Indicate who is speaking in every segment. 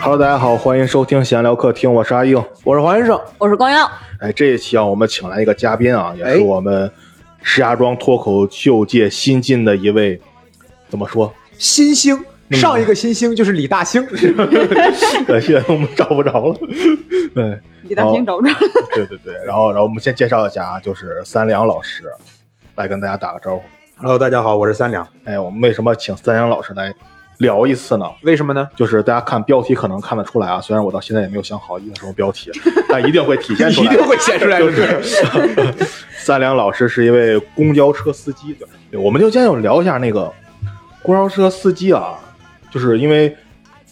Speaker 1: Hello，大家好，欢迎收听闲聊客厅，我是阿硬。
Speaker 2: 我是黄先生，
Speaker 3: 我是光耀，
Speaker 1: 哎，这一期啊，我们请来一个嘉宾啊，也是
Speaker 2: 哎
Speaker 1: 我们石家庄脱口秀界新进的一位，怎么说？
Speaker 2: 新星。上一个新星就是李大兴，
Speaker 1: 呃，现在我们找不着了。对，
Speaker 3: 李大兴找不着。
Speaker 1: 对对对。然后，然后我们先介绍一下啊，就是三良老师来跟大家打个招呼。
Speaker 4: Hello，大家好，我是三两。
Speaker 1: 哎，我们为什么请三良老师来聊一次呢？
Speaker 2: 为什么呢？
Speaker 1: 就是大家看标题可能看得出来啊，虽然我到现在也没有想好一个什么标题， 但一定会体现出
Speaker 2: 一
Speaker 1: 来。
Speaker 2: 定会显出来
Speaker 1: 就
Speaker 2: 的。
Speaker 1: 是 三良老师是一位公交车司机，对，对我们就今天就聊一下那个公交车司机啊，就是因为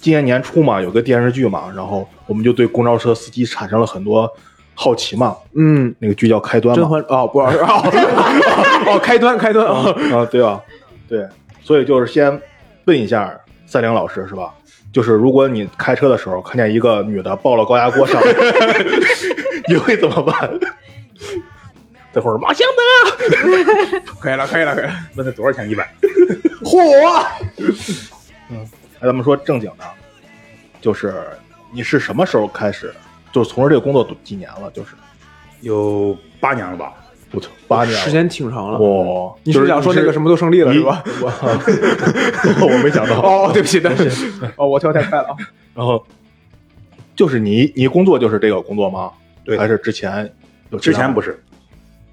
Speaker 1: 今年年初嘛，有个电视剧嘛，然后我们就对公交车司机产生了很多好奇嘛。
Speaker 2: 嗯，
Speaker 1: 那个剧叫《开端》
Speaker 2: 甄
Speaker 1: 嘛，
Speaker 2: 嬛哦， 不是哦哦哦，开端开端啊，
Speaker 1: 啊，对啊，对，所以就是先问一下三良老师是吧？就是如果你开车的时候看见一个女的抱了高压锅上来， 你会怎么办？ 这会儿马向的。
Speaker 4: 可以了，可以了，可以了。问他多少钱？一百。
Speaker 2: 嚯，
Speaker 1: 哎，咱们说正经的，就是你是什么时候开始，就是从事这个工作多几年了？就是
Speaker 4: 有八年了吧？
Speaker 1: 我操，八年 了哦
Speaker 2: 时。间挺长
Speaker 1: 哇、
Speaker 2: 了。你是想说那个什么都胜利
Speaker 1: 么
Speaker 2: 了是吧？？
Speaker 1: 我我 没想到。
Speaker 2: 哦，对不起，对 不起，哦，我跳太快了啊。
Speaker 1: 然后就是你，你工作就是这个工作吗？
Speaker 4: 对
Speaker 1: 还是之前有
Speaker 4: 之前不
Speaker 1: 是
Speaker 4: 是，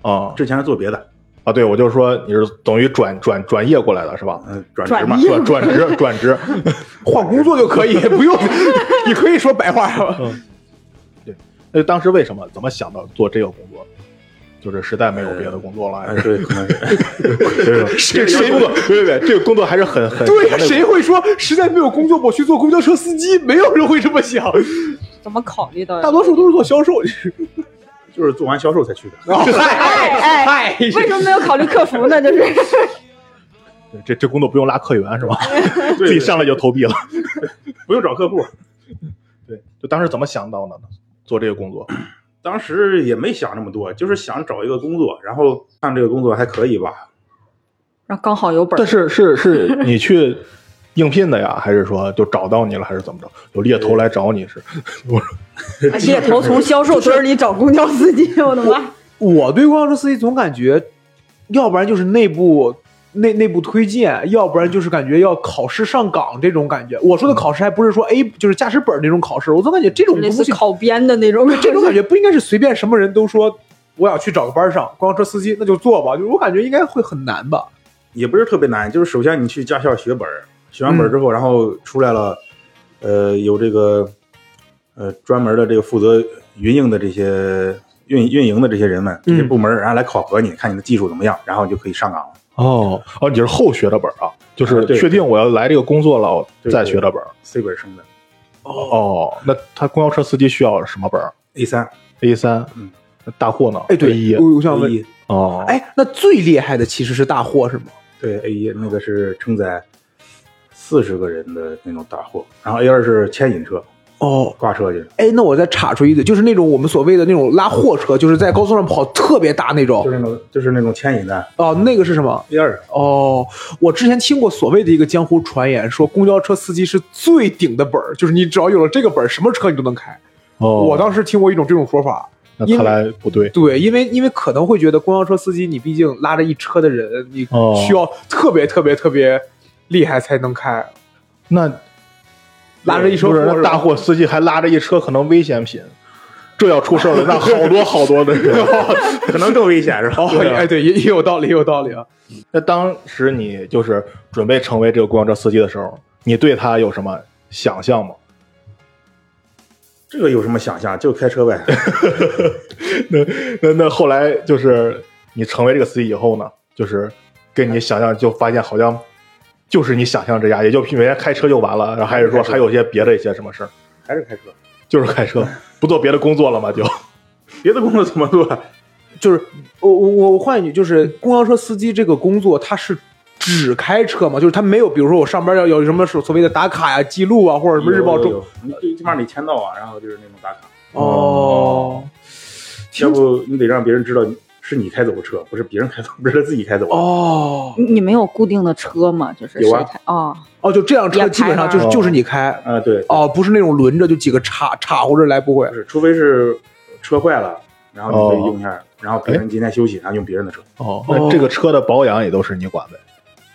Speaker 1: 啊、
Speaker 4: 之前是做别的，
Speaker 1: 啊？对，我就是说你是等于转转转业过来的是吧？
Speaker 4: 嗯、转
Speaker 2: 哎
Speaker 4: 职嘛
Speaker 3: 转。业
Speaker 1: 转转职转职，
Speaker 2: 换工作就可 以，不用，你可以说白话呀。
Speaker 1: 那当时为什么怎么想到做这个工作？就是实在没有别的工作了，还
Speaker 4: 哎，
Speaker 1: 是
Speaker 4: 对，可能是。
Speaker 1: 这个工作，对对对，这个工作还是很很
Speaker 2: 对呀，
Speaker 1: 很那个
Speaker 2: 谁会说实在没有工作我去做公交车司机？没有人会这么想，
Speaker 3: 怎么考虑 到？
Speaker 2: 大多数都是做销售。
Speaker 4: 就是做完销售才去 的。
Speaker 2: 哦
Speaker 3: 哎哎，
Speaker 2: 嗨，
Speaker 3: 为什么没有考虑客服呢？ 就是
Speaker 1: 对这这工作不用拉客源是吧？
Speaker 4: 对
Speaker 1: 自己上来就投币了。
Speaker 4: 不用找客户。
Speaker 1: 对，就当时怎么想到的呢？做这个工作，
Speaker 4: 当时也没想那么多，就是想找一个工作，然后看这个工作还可以吧。
Speaker 3: 然后刚好有本
Speaker 1: 但是
Speaker 3: 儿，
Speaker 1: 是 是你去应聘的呀，还是说就找到你了，还是怎么着？有猎头来找你是？
Speaker 3: 猎头从销售堆儿里找公交司机，我的妈！
Speaker 2: 我对公交车司机总感觉，要不然就是内部内内部推荐，要不然就是感觉要考试上岗这种感觉。我说的考试还不是说 A 就是驾驶本儿那种考试，我总感觉这种
Speaker 3: 类
Speaker 2: 东
Speaker 3: 似
Speaker 2: 西，
Speaker 3: 考编的那种，
Speaker 2: 这种感觉不应该是随便什么人都说我想去找个班儿上公交车司机，那就做吧。就是我感觉应该会很难吧。
Speaker 4: 也不是特别难，就是首先你去驾校学本儿，学完本儿之后，然后出来了，呃，有这个呃专门的这个负责运营的这些运运营的这些人们，这些
Speaker 2: 嗯
Speaker 4: 部门儿，然后来考核你，看你的技术怎么样，然后你就可以上岗了。
Speaker 1: 哦哦，你是后学的本儿啊，就是
Speaker 4: 啊对
Speaker 1: 确定我要来这个工作了，我
Speaker 4: 对
Speaker 1: 再学的本儿。
Speaker 4: C 本儿生的
Speaker 1: 哦，那他公交车司机需要什么本
Speaker 4: ，A 三
Speaker 1: ？A 三
Speaker 4: 嗯，
Speaker 1: 那大货呢？
Speaker 2: 哎，对
Speaker 1: A 一，
Speaker 2: 我我想
Speaker 4: A
Speaker 2: 问，
Speaker 4: 一，
Speaker 1: 哦，，
Speaker 2: 哎，那最厉害的其实是大货是吗？
Speaker 4: 对 A 一那个是承载四十个人的那种大货，然后 A 二是牵引车，
Speaker 2: 哦，
Speaker 4: 挂车去，
Speaker 2: 哎，那我再插出一嘴，就是那种我们所谓的那种拉货车，就是在高速上跑特别大那
Speaker 4: 就
Speaker 2: 种。
Speaker 4: 是那种就是那种牵引的
Speaker 2: 哦，那个是什么？
Speaker 4: A 二，
Speaker 2: 哦，我之前听过所谓的一个江湖传言，说公交车司机是最顶的本儿，就是你只要有了这个本儿，什么车你都能开。
Speaker 1: 哦，
Speaker 2: 我当时听过一种这种说法，
Speaker 1: 那
Speaker 2: 因
Speaker 1: 看
Speaker 2: 为
Speaker 1: 来不对，
Speaker 2: 对，因为因为可能会觉得公交车司机你毕竟拉着一车的人，你
Speaker 1: 哦
Speaker 2: 需要特别特别特别厉害才能开，
Speaker 1: 那
Speaker 2: 拉着一车
Speaker 1: 不
Speaker 2: 货
Speaker 1: 是
Speaker 2: 是
Speaker 1: 那
Speaker 2: 吧
Speaker 1: 大货司机还拉着一车可能危险品，这要出事 儿了，那好多好多的 人。
Speaker 4: 可能更危险是吧？
Speaker 2: 哦，
Speaker 1: 对啊
Speaker 2: 哎，对，也也有道理，也有道理啊。
Speaker 1: 那当时你就是准备成为这个公交车司机的时候，你对他有什么想象吗？
Speaker 4: 这个有什么想象？就开车呗。
Speaker 1: 那那后来就是你成为这个司机以后呢，就是跟你想象就发现好像就是你想象这样，也就每天开车就完了，然后还是说还有一些别的一些什么事儿，
Speaker 4: 还是开车。
Speaker 1: 就是开 车，不做别的工作了嘛就。
Speaker 4: 别的工作怎么做？
Speaker 2: 就是我我我我换一句，就是公交车司机这个工作，他是只开车吗？就是他没有，比如说我上班要有什么所所谓的打卡呀、记录啊，或者什么日报中
Speaker 4: 有，有有你最起码你签到啊，然后就是那种打卡，
Speaker 1: 哦
Speaker 2: 哦，
Speaker 4: 要不你得让别人知道你是你开走的车，不是别人开走，不是他自己开走的。
Speaker 2: 哦
Speaker 3: 你你们有固定的车吗？就是
Speaker 4: 有啊
Speaker 3: 谁开哦，
Speaker 2: 哦，就这辆车
Speaker 3: 也
Speaker 2: 基本上就是
Speaker 1: 排班
Speaker 2: 就是你开
Speaker 4: 啊，对，
Speaker 2: 哦，不是那种轮着就几个插插乎着来，不会
Speaker 4: 不。是，除非是车坏了，然后你可以
Speaker 1: 哦
Speaker 4: 用一下，然后别人今天休息，然后用别人的车。
Speaker 1: 哦，
Speaker 2: 哦
Speaker 1: 那这个车的保养也都是你管呗？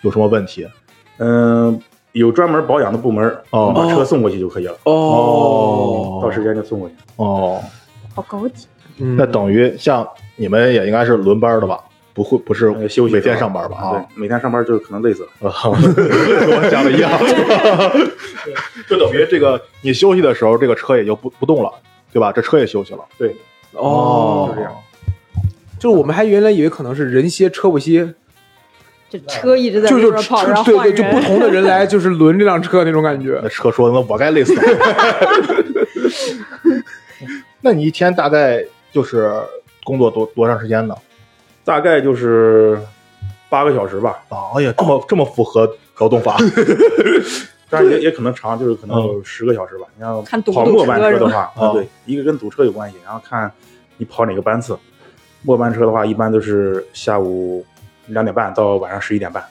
Speaker 1: 有什么问题？啊
Speaker 4: 嗯、有专门保养的部门，
Speaker 1: 哦
Speaker 4: 把车送过去就可以了，
Speaker 2: 哦，
Speaker 4: 到时间就送过去。
Speaker 1: 哦，
Speaker 3: 好高级。
Speaker 2: 嗯
Speaker 1: 那等于像你们也应该是轮班的吧？不会，不是
Speaker 4: 呃休息哦
Speaker 1: 每天上班吧？啊，
Speaker 4: 对，每天上班就可能累死了。
Speaker 1: 跟我想的一 样，就等于这个你休息的时候，这个车也就不不动了，对吧？这车也休息了。
Speaker 2: 哦
Speaker 4: 就，这样
Speaker 2: 就是我们还原来以为可能是人歇车不歇，
Speaker 3: 就车一直在
Speaker 2: 就
Speaker 3: 路
Speaker 2: 就
Speaker 3: 上
Speaker 2: 就
Speaker 3: 跑，然后
Speaker 2: 对
Speaker 3: 换
Speaker 2: 对，就不
Speaker 3: 人。
Speaker 2: 同的人 来就是轮这辆车那种感 觉
Speaker 1: 那。车说：“那我该累死 了。” 那你一天大概就是工作多多长时间呢？
Speaker 4: 大概就是八个小时吧，
Speaker 1: 啊，哎呀，这么这么符合劳动 法
Speaker 4: 但是也也可能长，就是可能有十个小时吧。你像
Speaker 3: 看堵不
Speaker 4: 跑
Speaker 3: 堵
Speaker 4: 末班
Speaker 3: 车
Speaker 4: 车
Speaker 3: 是
Speaker 4: 的
Speaker 3: 吧
Speaker 1: 哦
Speaker 4: 话，啊对，一个跟堵车有关系，然后看你跑哪个班次。末班车的话，一般都是下午两点半到晚上十一点半，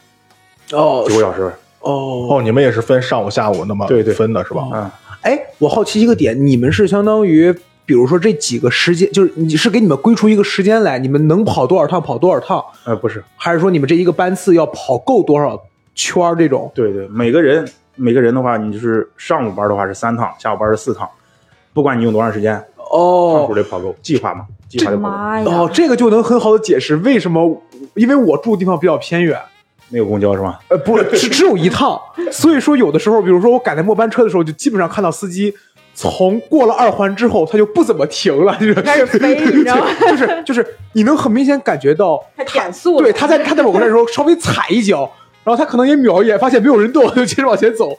Speaker 2: 哦
Speaker 4: 九个小时。
Speaker 2: 哦，
Speaker 1: 哦，你们也是分上午下午那么
Speaker 4: 对对
Speaker 1: 分的是吧？
Speaker 4: 嗯，
Speaker 2: 哎，我好奇一个点，你们是相当于，比如说这几个时间，就是你是给你们归出一个时间来，你们能跑多少趟跑多少趟，
Speaker 4: 呃，不是，
Speaker 2: 还是说你们这一个班次要跑够多少圈儿这种？
Speaker 4: 对对，每个人每个人的话，你就是上午班的话是三趟，下午班是四趟，不管你用多长时间，趟数
Speaker 2: 哦
Speaker 4: 得跑够，计划嘛，计划就跑够。
Speaker 3: 哎妈呀！
Speaker 2: 哦，这个就能很好的解释为什么，因为我住的地方比较偏远。
Speaker 4: 没有公交是吗？
Speaker 2: 呃， 不，只只有一趟，所以说有的时候，比如说我赶在末班车的时候，就基本上看到司机从过了二环之后，他就不怎么停了，就是
Speaker 3: 开始飞，你知道吗？
Speaker 2: 就是 就是，你能很明显感觉到
Speaker 3: 他减速了
Speaker 2: 对，他在他在我过来的时 候稍微踩一脚，然后他可能也瞄一眼，发现没有人动，就接着往前走。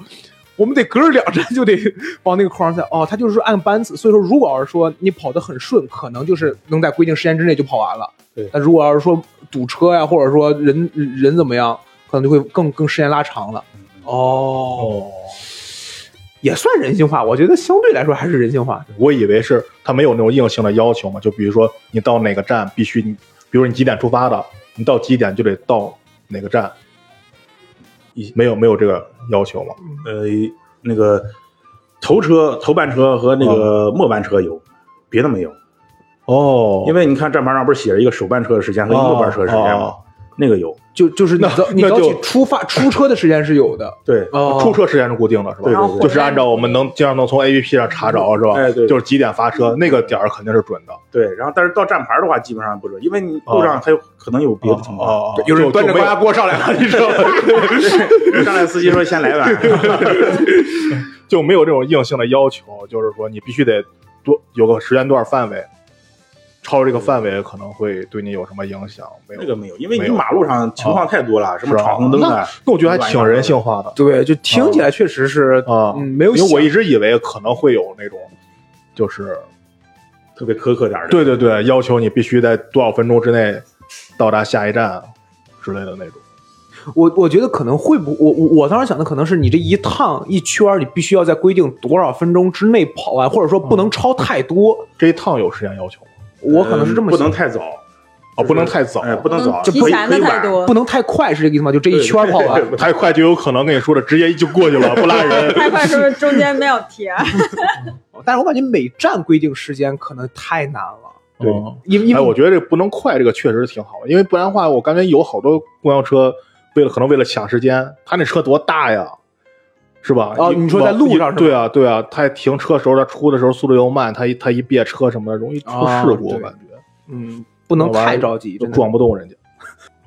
Speaker 2: 我们得隔着两站就得往那个框上塞。哦，他就是说按班次，所以说如果要是说你跑得很顺，可能就是能在规定时间之内就跑完了。
Speaker 4: 对
Speaker 2: 但如果要是说堵车呀，或者说人人怎么样，可能就会更更时间拉长了。哦，
Speaker 1: 哦，
Speaker 2: 也算人性化，我觉得相对来说还是人性化。
Speaker 1: 我以为是他没有那种硬性的要求嘛，就比如说你到哪个站必须你，比如你几点出发的，你到几点就得到哪个站，
Speaker 4: 一
Speaker 1: 没有没有这个要求嘛？
Speaker 4: 呃，那个头车、头班车和那个末班车有，别的没有。
Speaker 1: 哦
Speaker 4: 因为你看站牌上不是写着一个首班车的时间和一个末班车的时间吗
Speaker 1: 哦？
Speaker 4: 那个有，
Speaker 2: 就就是你
Speaker 1: 那
Speaker 2: 早你
Speaker 1: 那
Speaker 2: 早
Speaker 1: 就
Speaker 2: 起出发出车的时间是有的，
Speaker 4: 对，
Speaker 2: 哦，
Speaker 1: 出车时间是固定的，是吧？
Speaker 4: 对对对
Speaker 1: 就是按照我们能经常能从 APP 上查着，是吧？
Speaker 4: 哎对
Speaker 1: 就是几点发车，那个点儿肯定是准的。
Speaker 4: 对，然后但是到站牌的话基本上不准，因为你路上还有可能有别的情况。
Speaker 1: 哦，
Speaker 2: 有人端着高压
Speaker 1: 锅上来了，你知道 吗？
Speaker 4: 上来司机说先来碗，
Speaker 1: 就没有这种硬性的要求，就是说你必须得多有个时间段范围，超出这个范围可能会对你有什么影响？没有
Speaker 4: 那个没有，因为
Speaker 1: 没
Speaker 4: 你
Speaker 1: 有哦
Speaker 4: 马路上情况太多了，什
Speaker 1: 是
Speaker 4: 么
Speaker 1: 吧
Speaker 4: 闯红灯啊的
Speaker 1: 那，那我觉得还挺人性化的
Speaker 2: 对，就听起来确实是
Speaker 1: 啊。
Speaker 2: 嗯，没有
Speaker 1: 因为
Speaker 2: 想
Speaker 1: 我一直以为可能会有那种，就是
Speaker 4: 特别苛刻点儿的。
Speaker 1: 对对对，要求你必须在多少分钟之内到达下一站之类的那种。
Speaker 2: 我我觉得可能会不，我我我当时想的可能是你这一趟一圈儿，你必须要在规定多少分钟之内跑完，或者说不能超太多。
Speaker 1: 这一趟有时间要求吗？
Speaker 2: 我可能是这么
Speaker 4: 嗯不
Speaker 2: 想，
Speaker 4: 能太早，
Speaker 1: 啊，
Speaker 4: 是
Speaker 1: 不能太早，
Speaker 4: 哎，不能早，
Speaker 3: 嗯提
Speaker 4: 可以
Speaker 3: 前的太。多，
Speaker 2: 不能太快，是这个意思吗？就这一圈儿跑
Speaker 4: 可以晚
Speaker 2: 完
Speaker 4: 对。对
Speaker 1: 太快就有可能跟你说的直接就过去了，不拉人。
Speaker 3: 太快是不是中间没 有哎停？
Speaker 2: 但是我感觉每站规定时间可能太难了，
Speaker 4: 对
Speaker 1: 嗯
Speaker 2: 因为因
Speaker 1: 哎，
Speaker 2: 为
Speaker 1: 我觉得这不能快，这个确实挺好的，因为不然的话，我感觉有好多公交车为了可能为了抢时间，他那车多大呀，是吧？
Speaker 2: 哦
Speaker 1: 一
Speaker 2: 你说在路上是吧
Speaker 1: 对啊，对啊，他停车时候他出的时候速度又慢，他一他一别车什么的，容易出事故，
Speaker 2: 哦
Speaker 1: 我
Speaker 2: 对
Speaker 1: 感觉
Speaker 2: 嗯，不能太着急，
Speaker 1: 就
Speaker 2: 真的
Speaker 1: 撞不动人家。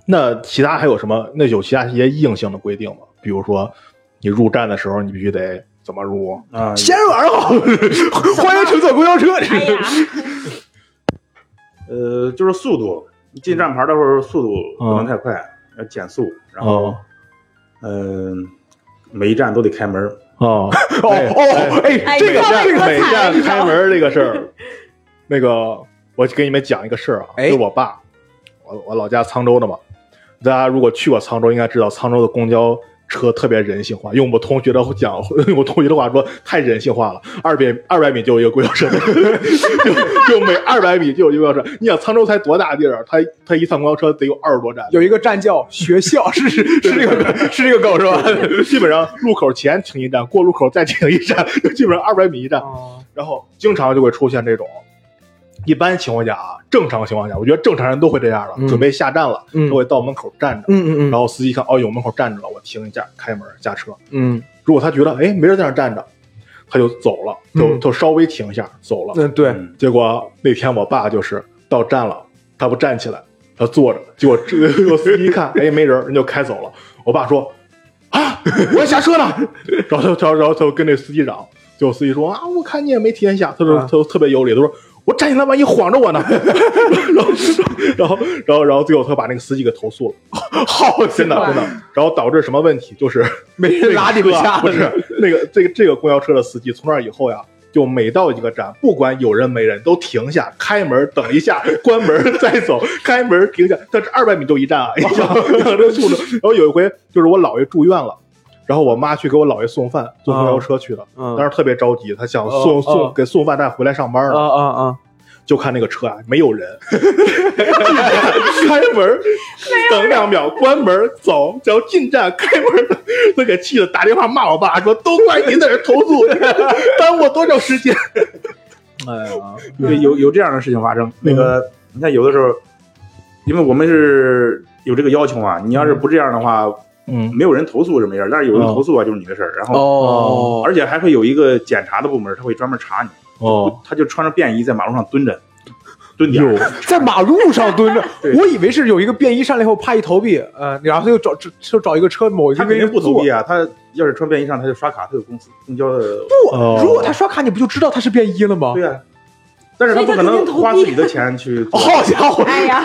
Speaker 1: 那其他还有什么？那有其他一些硬性的规定吗？比如说你入站的时候，你必须得怎么入？
Speaker 4: 啊，
Speaker 2: 先生 晚上好，欢迎乘坐公交车。
Speaker 3: 哎呀，
Speaker 4: 呃，就是速度，进站牌的时候速度不
Speaker 1: 嗯
Speaker 4: 能太快，要减速，然后
Speaker 1: 哦
Speaker 4: 嗯，每一站都得开门，
Speaker 2: 哦
Speaker 1: 哦，哎
Speaker 2: 哦，哎，
Speaker 3: 哎
Speaker 2: 这
Speaker 1: 每
Speaker 2: 个
Speaker 3: 你
Speaker 1: 站
Speaker 3: 这个
Speaker 1: 每
Speaker 3: 太
Speaker 1: 站
Speaker 3: 厉害
Speaker 1: 开
Speaker 3: 了
Speaker 1: 门这个事儿，那个我给你们讲一个事儿啊，
Speaker 2: 哎
Speaker 1: 就是我爸，我我老家沧州的嘛，大家如果去过沧州，应该知道沧州的公交车特别人性化，用我同学的讲， 用我同学的话说，太人性化了。二百二百米就有一个公交车， 就就每二百米就有一个公交车。你想沧州才多大地儿，它它一趟公交车得有二十多站，
Speaker 2: 有 一个站叫学校，是是是这个是这个狗是吧？
Speaker 1: 基本上路口前停一站，过路口再停一站，就基本上二百米一站。
Speaker 2: 哦
Speaker 1: 然后经常就会出现这种。一般情况下啊，正常情况下，我觉得正常人都会这样了。
Speaker 2: 嗯
Speaker 1: 准备下站了，
Speaker 2: 嗯
Speaker 1: 都会到门口站着，
Speaker 2: 嗯嗯
Speaker 1: 然后司机看，哦，有门口站着了，我停一下，开门下车。
Speaker 2: 嗯
Speaker 1: 如果他觉得哎没人在那儿站着，他就走了，就
Speaker 2: 嗯
Speaker 1: 就稍微停一下走了。
Speaker 2: 嗯，对，
Speaker 4: 嗯
Speaker 1: 结果那天我爸就是到站了，他不站起来，他坐着，结果这我司机一看，哎没人，人就开走了。我爸说啊，我要下车呢，然后他然后然后他就跟那司机嚷，就司机说啊，我看你也没提前下，他说
Speaker 2: 啊
Speaker 1: 他就特别有理，他说。我站起来，万一晃着我呢？然后，然后，然后，然后，最后他把那个司机给投诉了，好，真的，真的。然后导致什么问题？就是
Speaker 2: 没
Speaker 1: 这
Speaker 2: 人
Speaker 1: 个
Speaker 2: 拉你
Speaker 1: 车
Speaker 2: 们
Speaker 1: 啊
Speaker 2: 下
Speaker 1: 不是那个这个这个公交车的司机，从那以后呀，就每到一个站，不管有人没人，都停下，开门等一下，关门再走，开门停下，但是二百米就一站啊，你想想这速度。然后有一回就是我姥爷住院了。然后我妈去给我姥爷送饭，坐公交车去的，
Speaker 2: 嗯
Speaker 1: 当时特别着急，她想送、
Speaker 2: 哦
Speaker 1: 送
Speaker 2: 哦
Speaker 1: 给送饭站回来上班
Speaker 2: 啊
Speaker 1: 呢，
Speaker 2: 啊啊！
Speaker 1: 就看那个车啊没有 人，开门等两秒，关门走，只要进站开门，他给气的打电话骂我爸，说都怪您在这投诉， 耽误我多少时间？
Speaker 2: 哎呀，
Speaker 4: 对，有有这样的事情发生。那个，你看，有的时候，因为我们是有这个要求嘛，你要是不这样的话，
Speaker 1: 嗯，
Speaker 4: 没有人投诉是没事儿，但是有人
Speaker 1: 哦
Speaker 4: 投诉啊，就是你的事儿。然后，
Speaker 2: 哦，
Speaker 4: 而且还会有一个检查的部门，他会专门查你。
Speaker 1: 哦，
Speaker 4: 他就穿着便衣在马路上蹲着，蹲点儿。
Speaker 2: 在马路上蹲着
Speaker 4: 对，
Speaker 2: 我以为是有一个便衣上来以后啪一逃避，呃，然后他又找就就找一个车某一
Speaker 4: 他
Speaker 2: 个
Speaker 4: 肯定不投币
Speaker 2: 啊。
Speaker 4: 啊，他要是穿便衣上，他就刷卡，他有公司公交的。
Speaker 2: 不，
Speaker 1: 哦
Speaker 2: 如果他刷卡，你不就知道他是便衣了吗？
Speaker 4: 对啊，但是他不可能花自己的钱去。
Speaker 2: 哦好家伙，
Speaker 3: 哎呀，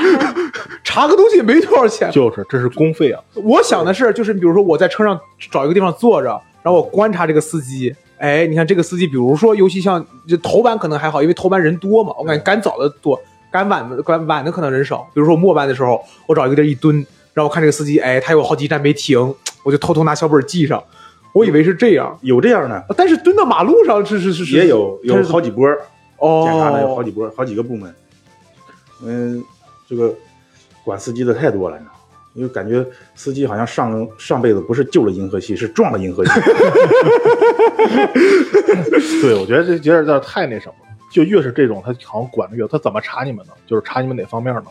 Speaker 2: 查个东西没多少钱。
Speaker 1: 就是这是公费啊，
Speaker 2: 我想的是，就是比如说我在车上找一个地方坐着，然后我观察这个司机。哎，你看这个司机，比如说，尤其像就头班可能还好，因为头班人多嘛，我感觉赶早的多，赶晚的赶晚的可能人少。比如说我末班的时候，我找一个地儿一蹲，然后我看这个司机，哎，他有好几站没停，我就偷偷拿小本记上。我以为是这样，
Speaker 4: 有这样的，
Speaker 2: 但是蹲到马路上是是是是
Speaker 4: 也有
Speaker 2: 这
Speaker 4: 有
Speaker 2: 是
Speaker 4: 好几波儿
Speaker 2: 哦，
Speaker 4: 检查的，有好几波儿，好几个部门。嗯，这个管司机的太多了，你知道吗因为感觉司机好像上上辈子不是救了银河系，是撞了银河系。
Speaker 1: 对，我觉得这有点有点太那什么了。就越是这种，他好像管的越，他怎么查你们呢？就是查你们哪方面呢？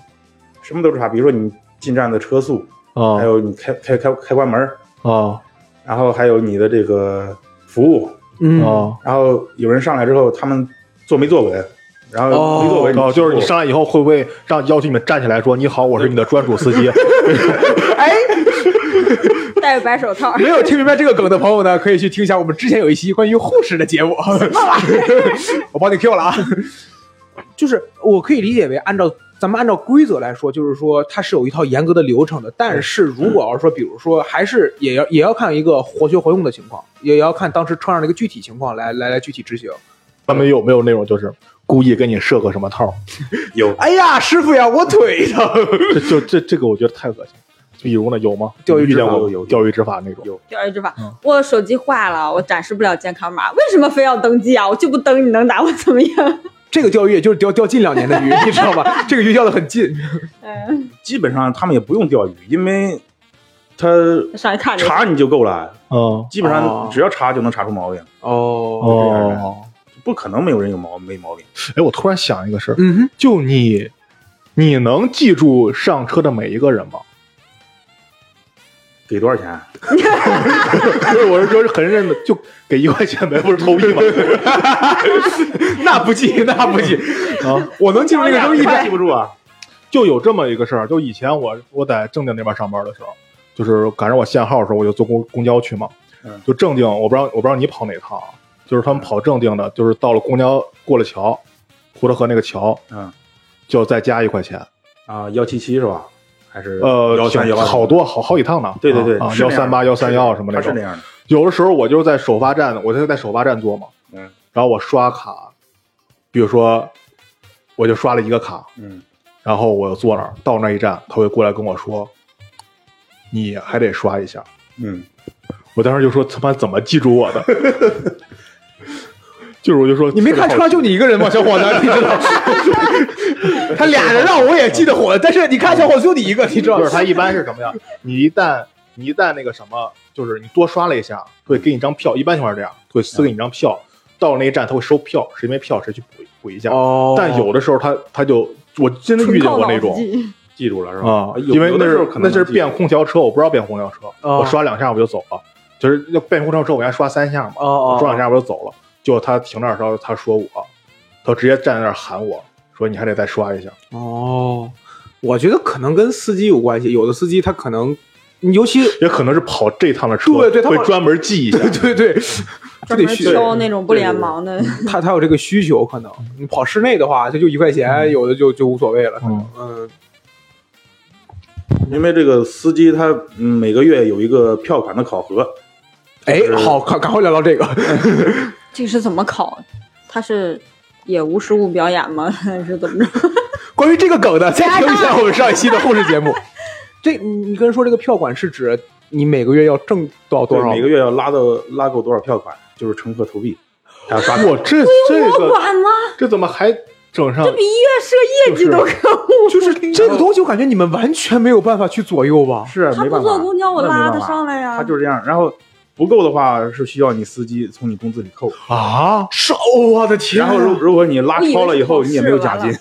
Speaker 4: 什么都查，比如说你进站的车速，
Speaker 1: 啊
Speaker 4: 还有你开开开开关门儿，
Speaker 1: 啊
Speaker 4: 然后还有你的这个服务，
Speaker 2: 嗯
Speaker 1: 啊！
Speaker 4: 然后有人上来之后，他们坐没坐稳，然后
Speaker 2: 哦
Speaker 4: 没坐稳，
Speaker 1: 然后就是你上来以后，会不会让要求你们站起来说：“你好，我是你的专属司机。
Speaker 2: 哎
Speaker 3: 戴着白手套，
Speaker 2: 没有听明白这个梗的朋友呢，可以去听一下我们之前有一期关于护士的节目。 我帮你 Q 了啊，就是我可以理解为按照。咱们按照规则来说，就是说它是有一套严格的流程的。但是如果要是说，比如说还是也要也要看一个活学活用的情况，也要看当时车上的一个具体情况来来来具体执行。”
Speaker 1: 他们有没有那种就是故意给你设个什么套？
Speaker 4: 有
Speaker 2: 哎呀，师傅呀，我腿疼。
Speaker 1: 这就这这个我觉得太恶心。比如呢，有吗？
Speaker 2: 钓鱼
Speaker 1: 遇
Speaker 2: 执
Speaker 1: 见
Speaker 2: 法
Speaker 1: 过
Speaker 4: 有有
Speaker 1: 钓鱼执法那种。
Speaker 3: 钓鱼执法，我手机坏了，我展示不了健康码，为什么非要登记啊？我就不登，你能拿我怎么样？
Speaker 2: 这个钓鱼也就是钓钓近两年的鱼，你知道吧？这个鱼钓的很近。
Speaker 3: 嗯，
Speaker 4: 基本上他们也不用钓鱼，因为他
Speaker 3: 上去看着。
Speaker 4: 查你就够了，
Speaker 1: 嗯，
Speaker 4: 基本上
Speaker 2: 哦
Speaker 4: 只要查就能查出毛病，
Speaker 2: 哦，
Speaker 1: 哦，
Speaker 4: 不可能没有人有毛没毛病。
Speaker 1: 哎，我突然想一个事儿，
Speaker 2: 嗯哼，
Speaker 1: 就你，你能记住上车的每一个人吗？
Speaker 4: 给多少 钱？
Speaker 1: 不是，我是说是很认真的，就给一块钱呗，不是投币吗？
Speaker 2: 那不记，那不记。
Speaker 1: 啊，
Speaker 2: 我能记住那个
Speaker 4: 都
Speaker 2: 扔
Speaker 4: 一
Speaker 2: 一
Speaker 4: 直
Speaker 2: 百
Speaker 4: 记不住啊！
Speaker 1: 就有这么一个事儿，就以前我我在正定那边上班的时候，就是赶上我限号的时候，我就坐公公交去嘛
Speaker 4: 嗯，
Speaker 1: 就正定，我不知道我不知道你跑哪趟啊，就是他们跑正定的，就是到了公交过了桥，胡德河那个桥，
Speaker 4: 嗯，
Speaker 1: 就再加一块钱，
Speaker 4: 啊，幺七七是吧？还是
Speaker 1: 呃，
Speaker 4: 幺三幺
Speaker 1: 好？多好好几趟呢，
Speaker 4: 对对对，
Speaker 1: 啊，
Speaker 4: 是
Speaker 1: 幺
Speaker 4: 那
Speaker 1: 三
Speaker 4: 样的
Speaker 1: 八幺三幺什么那
Speaker 4: 他是
Speaker 1: 种
Speaker 4: 那。样的。
Speaker 1: 有的时候我就是在首发站，我就在首发站坐嘛，
Speaker 4: 嗯，
Speaker 1: 然后我刷卡，比如说我就刷了一个卡，
Speaker 4: 嗯，
Speaker 1: 然后我坐那儿到那一站，他会过来跟我说，你还得刷一下，
Speaker 4: 嗯，
Speaker 1: 我当时就说他妈怎么记住我的？ 就是我就说
Speaker 2: 你没看车上就你一个人吗？小伙子，你知道， 他俩人让我也记得火了，但是你看小伙子就你一个，你知道
Speaker 1: 就，是它一般是什么呀？你一旦你一旦那个什么，就是你多刷了一下，会给你一张票，一般情况是这样，会撕给你一张票，到了那一站他会收票，谁没票谁去补补一下。
Speaker 2: 哦
Speaker 1: 但有的时候他他就我真的遇
Speaker 3: 纯
Speaker 1: 见
Speaker 3: 靠
Speaker 1: 过
Speaker 3: 脑
Speaker 1: 那
Speaker 3: 子
Speaker 1: 种
Speaker 3: 记。
Speaker 4: 记住了是吧？
Speaker 1: 啊、
Speaker 4: 有
Speaker 1: 因为
Speaker 4: 有
Speaker 1: 那
Speaker 4: 的时
Speaker 1: 是
Speaker 4: 候可能
Speaker 1: 那是
Speaker 4: 能记啊
Speaker 1: 变空调车，我不知道变空调车，
Speaker 2: 哦
Speaker 1: 我刷两下我就走了，就是要变空调车，我原来刷三下嘛，
Speaker 4: 啊
Speaker 2: 哦
Speaker 1: 我
Speaker 2: 哦，
Speaker 1: 刷两下我就走了。结果他停那儿的时候，他说我，他直接站在那儿喊我说你还得再刷一下。
Speaker 2: 哦，我觉得可能跟司机有关系，有的司机他可能，尤 其
Speaker 1: 也可能是跑这趟的车，
Speaker 2: 对对他
Speaker 1: 会
Speaker 2: 往
Speaker 1: 专门记一 下。
Speaker 2: 对对，就
Speaker 3: 专
Speaker 2: 得
Speaker 3: 门
Speaker 2: 需
Speaker 3: 挑那种不
Speaker 4: 对
Speaker 3: 连
Speaker 4: 对
Speaker 3: 忙的，
Speaker 2: 他他有这个需求，可能你跑室内的话，这就一块
Speaker 1: 嗯
Speaker 2: 钱，有的就就无所谓了，可能嗯
Speaker 4: 因为这个司机他嗯每个月有一个票款的考核，
Speaker 2: 哎
Speaker 4: 就是，
Speaker 2: 好，赶赶快聊到这个，
Speaker 3: 这是怎么考？他是也无实物表演吗？ 还是怎么着？
Speaker 2: 关于这个梗的，再听一下我们上一期的后事节目。 这你你跟人说这个票款是指你每个月要挣到多少？
Speaker 4: 对每个月要拉到拉够多少票款，就是乘客投币，还要刷卡。
Speaker 1: 我这这
Speaker 3: 哎我
Speaker 1: 个
Speaker 3: 管吗？
Speaker 1: 这怎么还整上
Speaker 3: 这？比医院设业绩都可恶。
Speaker 2: 哦就是这个东西，我感觉你们完全没有办法去左右吧？
Speaker 4: 是啊
Speaker 3: 他
Speaker 4: 没
Speaker 3: 不
Speaker 4: 办法，
Speaker 3: 坐公交，我
Speaker 4: 那没
Speaker 3: 拉
Speaker 4: 办
Speaker 3: 他
Speaker 4: 法
Speaker 3: 上来呀
Speaker 4: 他。就是这样。然后不够的话是需要你司机从你工资里扣，
Speaker 1: 啊，
Speaker 2: 是，哦我的天啊
Speaker 4: 然后如如果你拉超了以后
Speaker 3: 啊我以为是
Speaker 4: 你也没有奖
Speaker 3: 考
Speaker 4: 金
Speaker 3: 试，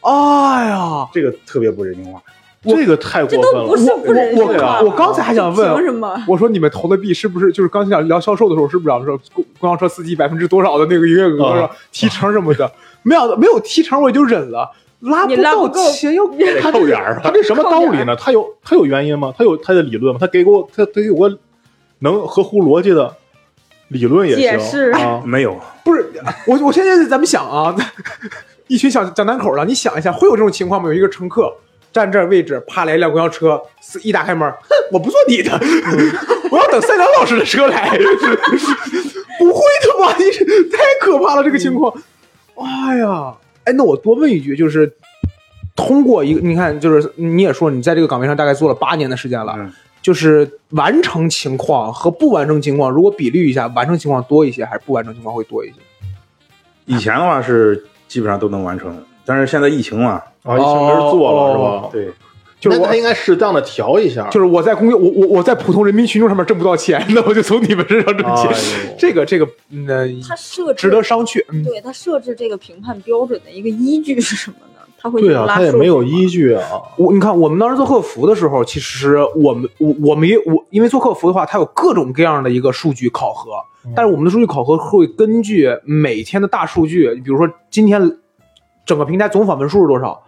Speaker 2: 哎呀，
Speaker 4: 这个特别不人性化。
Speaker 1: 这个太过
Speaker 3: 这
Speaker 1: 分
Speaker 3: 都不
Speaker 1: 了。
Speaker 3: 是不人
Speaker 2: 我
Speaker 3: 性化
Speaker 2: 我刚才还想问
Speaker 3: 凭什么？
Speaker 2: 我说你们投的币是不是就是刚才想聊销售的时候，是不是聊说公公交车司机百分之多少的那个营业额、
Speaker 1: 啊
Speaker 2: 提成什么的？没有没有提成我也就忍了，拉
Speaker 3: 你拉
Speaker 2: 到
Speaker 3: 不够
Speaker 2: 钱 要他
Speaker 1: 他这
Speaker 2: 这
Speaker 1: 个
Speaker 4: 啊
Speaker 3: 啊
Speaker 1: 他这什么道理呢？他有他有原因吗？他有他的理论吗？他给我他他给我能合乎逻辑的理论也
Speaker 3: 解
Speaker 1: 行
Speaker 3: 释
Speaker 1: 啊。
Speaker 4: 没有，
Speaker 2: 不是我，我现在咱们想啊，一群小小单口的，你想一下，会有这种情况吗？有一个乘客站这儿位置，啪来一辆公交车，四一打开门，哼，我不坐你的，我要等赛良老师的车来。 不会的吧？你是太可怕了，这个情况。哎呀，哎，那我多问一句，就是通过一个，你看，就是你也说你在这个岗位上大概做了八年的时间了。
Speaker 4: 嗯
Speaker 2: 就是完成情况和不完成情况，如果比率一下，完成情况多一些还是不完成情况会多一些？
Speaker 4: 以前的话是基本上都能完成，但是现在疫情嘛，
Speaker 1: 啊，一前没人做了是吧？
Speaker 4: 对，
Speaker 2: 就是
Speaker 1: 哦那
Speaker 2: 我
Speaker 1: 他应该适当的调一下。
Speaker 2: 就是我在公交，我我我在普通人民群众上面挣不到钱，那我就从你们身上挣钱。
Speaker 1: 哎呦
Speaker 2: 这个这个，嗯呃，
Speaker 3: 他设置
Speaker 2: 值得商榷。嗯，
Speaker 3: 对他设置这个评判标准的一个依据是什么呢？他会
Speaker 1: 对啊，
Speaker 3: 拉
Speaker 1: 他也
Speaker 3: 数
Speaker 1: 没有
Speaker 3: 据吗
Speaker 1: 依据啊。
Speaker 2: 我你看，我们当时做客服的时候，其实我们我我们也我，因为做客服的话，它有各种各样的一个数据考核，但是我们的数据考核会根据每天的大数据，比如说今天整个平台总访问数是多少，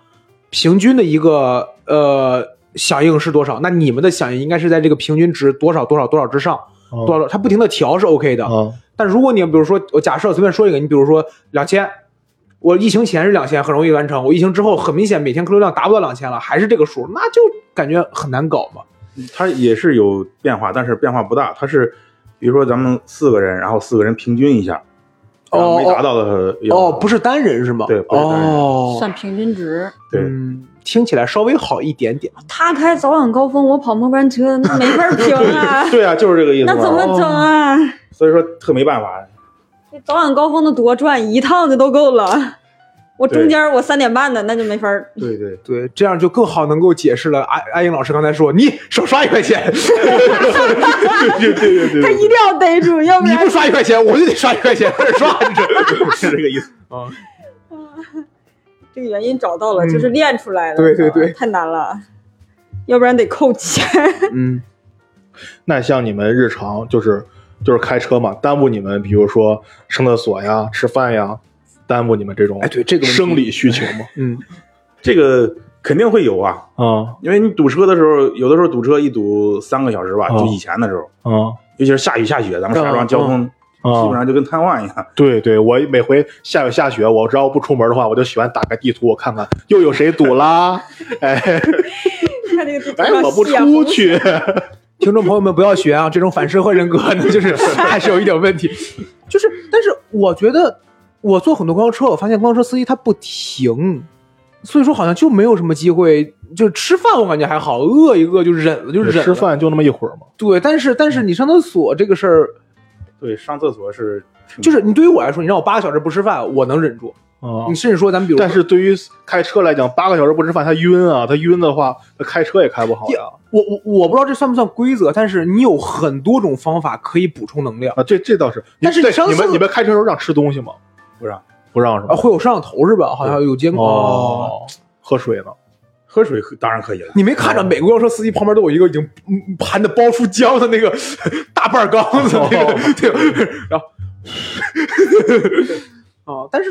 Speaker 2: 平均的一个呃响应是多少，那你们的响应应该是在这个平均值多少多少多少之上，
Speaker 1: 嗯
Speaker 2: 多少它不停的调是 OK 的，
Speaker 1: 啊，
Speaker 2: 但如果你比如说，我假设随便说一个，你比如说两千，我疫情前是两千，很容易完成，我疫情之后很明显每天客流量达不到两千了，还是这个数，那就感觉很难搞嘛。
Speaker 4: 它也是有变化，但是变化不大。它是比如说咱们四个人，然后四个人平均一下，然后没达到的要
Speaker 2: 哦，不是单人是吗？
Speaker 4: 对不是单人
Speaker 2: 哦，
Speaker 3: 算平均值。
Speaker 4: 对，，
Speaker 2: 嗯，听起来稍微好一点点。
Speaker 3: 他开早晚高峰，我跑末班车，那没法评啊
Speaker 4: 对啊，就是这个意思
Speaker 3: 那
Speaker 4: 嘛。
Speaker 3: 怎么整啊？
Speaker 4: 所以说特没办法，
Speaker 3: 这早晚高峰的多赚一趟就都够了。我中
Speaker 4: 对
Speaker 3: 间我三点半的那就没法儿，
Speaker 4: 对对，
Speaker 2: 对，这样就更好能够解释了。阿阿英老师刚才说，你少刷一块钱，
Speaker 1: 对对对对
Speaker 3: 他
Speaker 1: 对
Speaker 3: 一定要逮住，要不
Speaker 2: 你
Speaker 3: 然
Speaker 2: 不刷一块钱，我就得刷一块钱，开始刷，你这是这个意思。
Speaker 3: 这个原因找到了，
Speaker 2: 嗯
Speaker 3: 就是练出来了。
Speaker 2: 对
Speaker 3: 你知道吧
Speaker 2: 对对
Speaker 3: 太难了，要不然得扣钱。
Speaker 2: 嗯，
Speaker 1: 那像你们日常就是就是开车嘛，耽误你们，比如说上厕所呀、吃饭呀，耽误你们这种
Speaker 2: 哎对这个问题
Speaker 1: 生理需求吗？
Speaker 2: 嗯，
Speaker 4: 这个肯定会有啊，
Speaker 1: 啊
Speaker 4: 因为你堵车的时候，有的时候堵车一堵三个小时吧，
Speaker 1: 哦
Speaker 4: 就以前的时候，
Speaker 1: 啊
Speaker 4: 尤其是下雨下雪，咱们石家庄交通基本
Speaker 1: 啊！
Speaker 4: 上就跟瘫痪一样。
Speaker 1: 对对，我每回下雨下雪，我只要不出门的话，我就喜欢打开地图，我看看又有谁堵 啦。哎
Speaker 3: 看这个地图
Speaker 1: 哎，
Speaker 3: 上
Speaker 1: 我不
Speaker 3: 写
Speaker 1: 出
Speaker 3: 红
Speaker 1: 去。
Speaker 2: 听众朋友们不要学啊，这种反社会人格呢，就是 还是有一点问题。就是，但是我觉得我坐很多公交车，我发现公交车司机他不停，所以说好像就没有什么机会就吃饭我感觉还好，饿一饿就忍了，就忍了。
Speaker 1: 吃饭就那么一会儿嘛。
Speaker 2: 对，但是但是你上厕所这个事儿，
Speaker 4: 对，上厕所是挺
Speaker 2: 就是你对于我来说，你让我八个小时不吃饭，我能忍住。
Speaker 1: 啊、
Speaker 2: 你甚至说咱们比如说，
Speaker 1: 但是对于开车来讲，八个小时不吃饭，他晕啊，他晕的话，他开车也开不好呀。
Speaker 2: 我我我不知道这算不算规则，但是你有很多种方法可以补充能量
Speaker 1: 啊，这这倒是。你
Speaker 2: 但是你
Speaker 1: 对
Speaker 2: 上
Speaker 1: 你
Speaker 2: 厕
Speaker 1: 们
Speaker 2: 所
Speaker 1: 你们开车时候让吃东西吗？
Speaker 4: 不让
Speaker 1: 不让是
Speaker 2: 啊，
Speaker 1: 吧？
Speaker 2: 会有摄像头是吧？好像有监控。哦，
Speaker 1: 喝水呢？
Speaker 4: 喝水喝当然可以了。
Speaker 2: 你没看着美国车司机旁边都有一个已经嗯嗯盘的包出浆的那个 大半缸子那
Speaker 4: 哦
Speaker 2: 个、 对，然 后啊，但是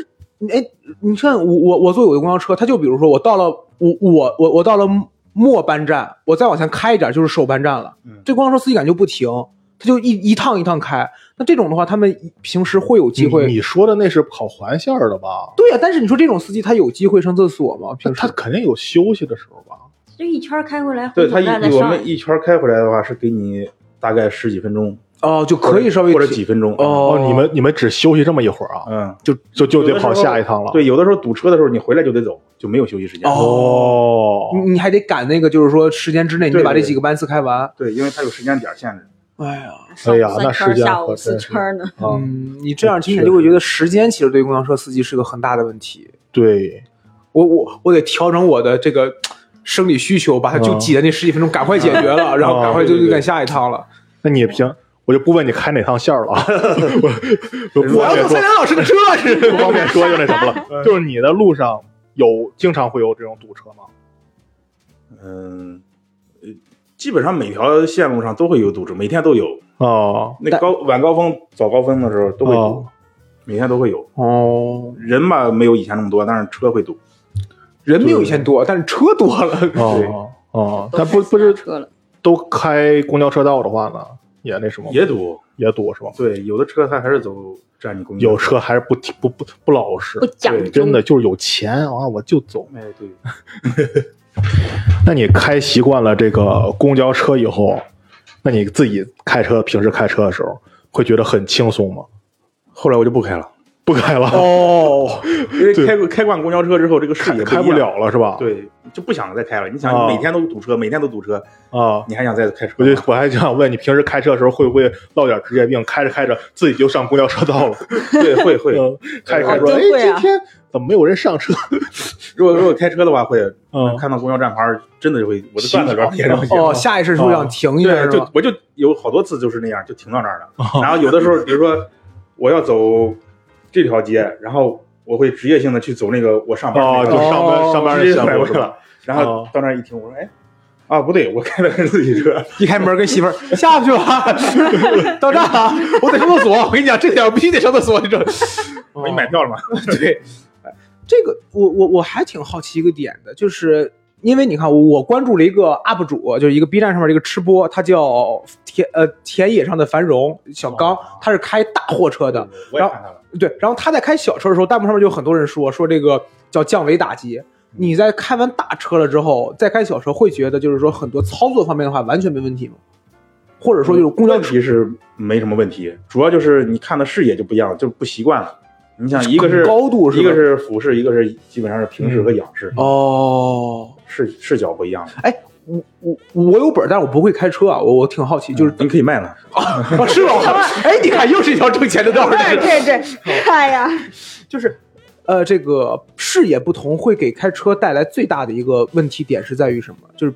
Speaker 2: 哎，你看我我我坐有的公交车，它就比如说我到了我我我我到了末班站，我再往前开一点就是首班站了，
Speaker 4: 嗯
Speaker 2: 这公交车司机感觉不停，他就一一趟一趟开，那这种的话，他们平时会有机会。
Speaker 1: 你你说的那是跑环线儿的吧？
Speaker 2: 对呀、但是你说这种司机他有机会上厕所吗？
Speaker 1: 他
Speaker 2: 平时
Speaker 1: 他肯定有休息的时候吧？
Speaker 3: 这一圈开回来，
Speaker 4: 对他
Speaker 3: 红
Speaker 4: 一
Speaker 3: 灯站再
Speaker 4: 我
Speaker 3: 上
Speaker 4: 们一圈开回来的话，是给你大概十几分钟，
Speaker 2: 哦就可以稍微
Speaker 4: 或者
Speaker 2: 停
Speaker 4: 几分钟。
Speaker 2: 哦，
Speaker 1: 你们你们只休息这么一会儿啊，
Speaker 4: 嗯，
Speaker 1: 就就就
Speaker 4: 有的
Speaker 1: 得
Speaker 4: 时
Speaker 1: 跑
Speaker 4: 候
Speaker 1: 下一趟了。
Speaker 4: 对，有的时候堵车的时候，你回来就得走，就没有休息时间。
Speaker 2: 哦
Speaker 1: 哦，
Speaker 2: 你你还得赶那个，就是说时间之内你得
Speaker 4: 对
Speaker 2: 把这
Speaker 4: 对
Speaker 2: 几个班次开完。
Speaker 4: 对，因为它有时间点儿限制。
Speaker 2: 哎呀，
Speaker 3: 上
Speaker 1: 哎呀
Speaker 3: 三
Speaker 1: 那
Speaker 3: 圈
Speaker 1: 时间
Speaker 3: 下
Speaker 1: 可
Speaker 3: 午四
Speaker 1: 真是
Speaker 3: 圈呢。
Speaker 1: 啊，
Speaker 2: 嗯，你这样听起来就会觉得时间其实对于公交车司机是个很大的问题。
Speaker 1: 对，
Speaker 2: 我我我得调整我的这个生理需求，把它就
Speaker 1: 嗯
Speaker 2: 挤在那十几分钟赶快解决了，然后赶快就
Speaker 4: 对对
Speaker 2: 就
Speaker 4: 对
Speaker 2: 赶下一趟了。
Speaker 1: 那你也平，我就不问你开哪趟线 儿了，啊，我我不
Speaker 2: 我
Speaker 1: 方
Speaker 2: 要坐
Speaker 1: 便说
Speaker 2: 蔡，澜老师的车是
Speaker 1: 不方便说就那什么了。 就是你的路上有经常会有这种堵车吗？
Speaker 4: 嗯，呃基本上每条线路上都会有堵车，每天都有。
Speaker 1: 哦
Speaker 4: 那
Speaker 2: 但
Speaker 4: 高晚高峰、早高峰的时候都会堵
Speaker 1: 哦，
Speaker 4: 每天都会有。
Speaker 2: 哦，
Speaker 4: 人吧没有以前那么多，但是车会堵。
Speaker 2: 人没有以前多，但是车多了。
Speaker 1: 哦哦，
Speaker 3: 都
Speaker 1: 那不不是
Speaker 3: 上车了，
Speaker 1: 都开公交车道的话呢，也那什么，也
Speaker 4: 也堵，
Speaker 1: 也堵是吧？
Speaker 4: 对，有的车它还是走占你公交。
Speaker 1: 有车还是不不不不老实
Speaker 3: 不，讲
Speaker 4: 对
Speaker 3: 究，
Speaker 1: 真的就是有钱啊，我就走。
Speaker 4: 哎，对，
Speaker 1: 那你开习惯了这个公交车以后，那你自己开车，平时开车的时候会觉得很轻松吗？
Speaker 4: 后来我就不开了，
Speaker 1: 不开了，
Speaker 2: 哦，
Speaker 4: 因为开开惯公交车之后，这个视
Speaker 1: 开
Speaker 4: 野
Speaker 1: 开
Speaker 4: 不
Speaker 1: 不
Speaker 4: 一样。
Speaker 1: 了了是吧？
Speaker 4: 对，就不想再开了。你想，
Speaker 1: 哦
Speaker 4: 你每天都堵车，每天都堵车，
Speaker 1: 啊，
Speaker 4: 你还想再开车
Speaker 1: 我
Speaker 4: 吗？
Speaker 1: 就我还想问你，平时开车的时候会不会落点职业病？开着开着自己就上公交车道了，
Speaker 4: 对，会会。
Speaker 1: 嗯开着开着
Speaker 3: 哦
Speaker 1: 说，哎，
Speaker 3: 真会
Speaker 1: 今
Speaker 3: 啊
Speaker 1: 天怎么没有人上车？
Speaker 4: 如果如果开车的话，会
Speaker 1: 嗯
Speaker 4: 看到公交站牌儿，真的就会我就
Speaker 1: 洗
Speaker 4: 转到这
Speaker 1: 脑
Speaker 4: 边上去。
Speaker 2: 哦，下意识是不是想停一下
Speaker 4: 对，
Speaker 2: 是吧
Speaker 4: 就？我就有好多次就是那样，就停到那儿了。
Speaker 1: 哦
Speaker 4: 然后有的时候，比如说我要走这条街，然后我会职业性的去走那个我上班的
Speaker 1: 哦，
Speaker 4: 那
Speaker 1: 就
Speaker 4: 条街
Speaker 1: 上
Speaker 2: 哦
Speaker 1: 班上班
Speaker 4: 直
Speaker 1: 人
Speaker 4: 接
Speaker 1: 下
Speaker 4: 拐过
Speaker 1: 班
Speaker 4: 去
Speaker 1: 去了
Speaker 4: 了。然后
Speaker 1: 哦
Speaker 4: 到那儿一听，我说哎，啊不对，我开的是自己车。
Speaker 2: 一开门跟媳妇儿 下去吧，到站了，我得上厕所。我跟你讲，这点我必须得上厕所，你知道。哦
Speaker 4: 我你买票了吗？
Speaker 2: 对，这个我我我还挺好奇一个点的，就是因为你看我我关注了一个 UP 主，就是一个 B 站上面的一个吃播，他叫田呃田野上的繁荣小刚
Speaker 4: 哦，嗯
Speaker 2: 他是开大货车的，
Speaker 4: 我也看到了。
Speaker 2: 对，然后他在开小车的时候，弹幕上面就有很多人说说这个叫降维打
Speaker 4: 嗯
Speaker 2: 击。你在开完大车了之后，再开小车，会觉得就是说很多操作方面的话完全没问题吗？或者说就是公交
Speaker 4: 嗯问
Speaker 2: 车
Speaker 4: 题是没什么问题，主要就是你看的视野就不一样，就不习惯了。你想，一个是
Speaker 2: 高度是吧嗯
Speaker 4: 一个是俯视，一个是基本上是平视和仰视，
Speaker 2: 哦，
Speaker 4: 视视角不一样。
Speaker 2: 哎，我我我有本儿，但是我不会开车啊，我我挺好奇，就是、
Speaker 4: 你可以卖了，
Speaker 2: 啊，是吗？哎，你看又是一条挣钱的道儿，
Speaker 3: 哎，
Speaker 2: 这是
Speaker 3: 对对， 哎呀，
Speaker 2: 就是。呃，这个视野不同会给开车带来最大的一个问题点是在于什么？就是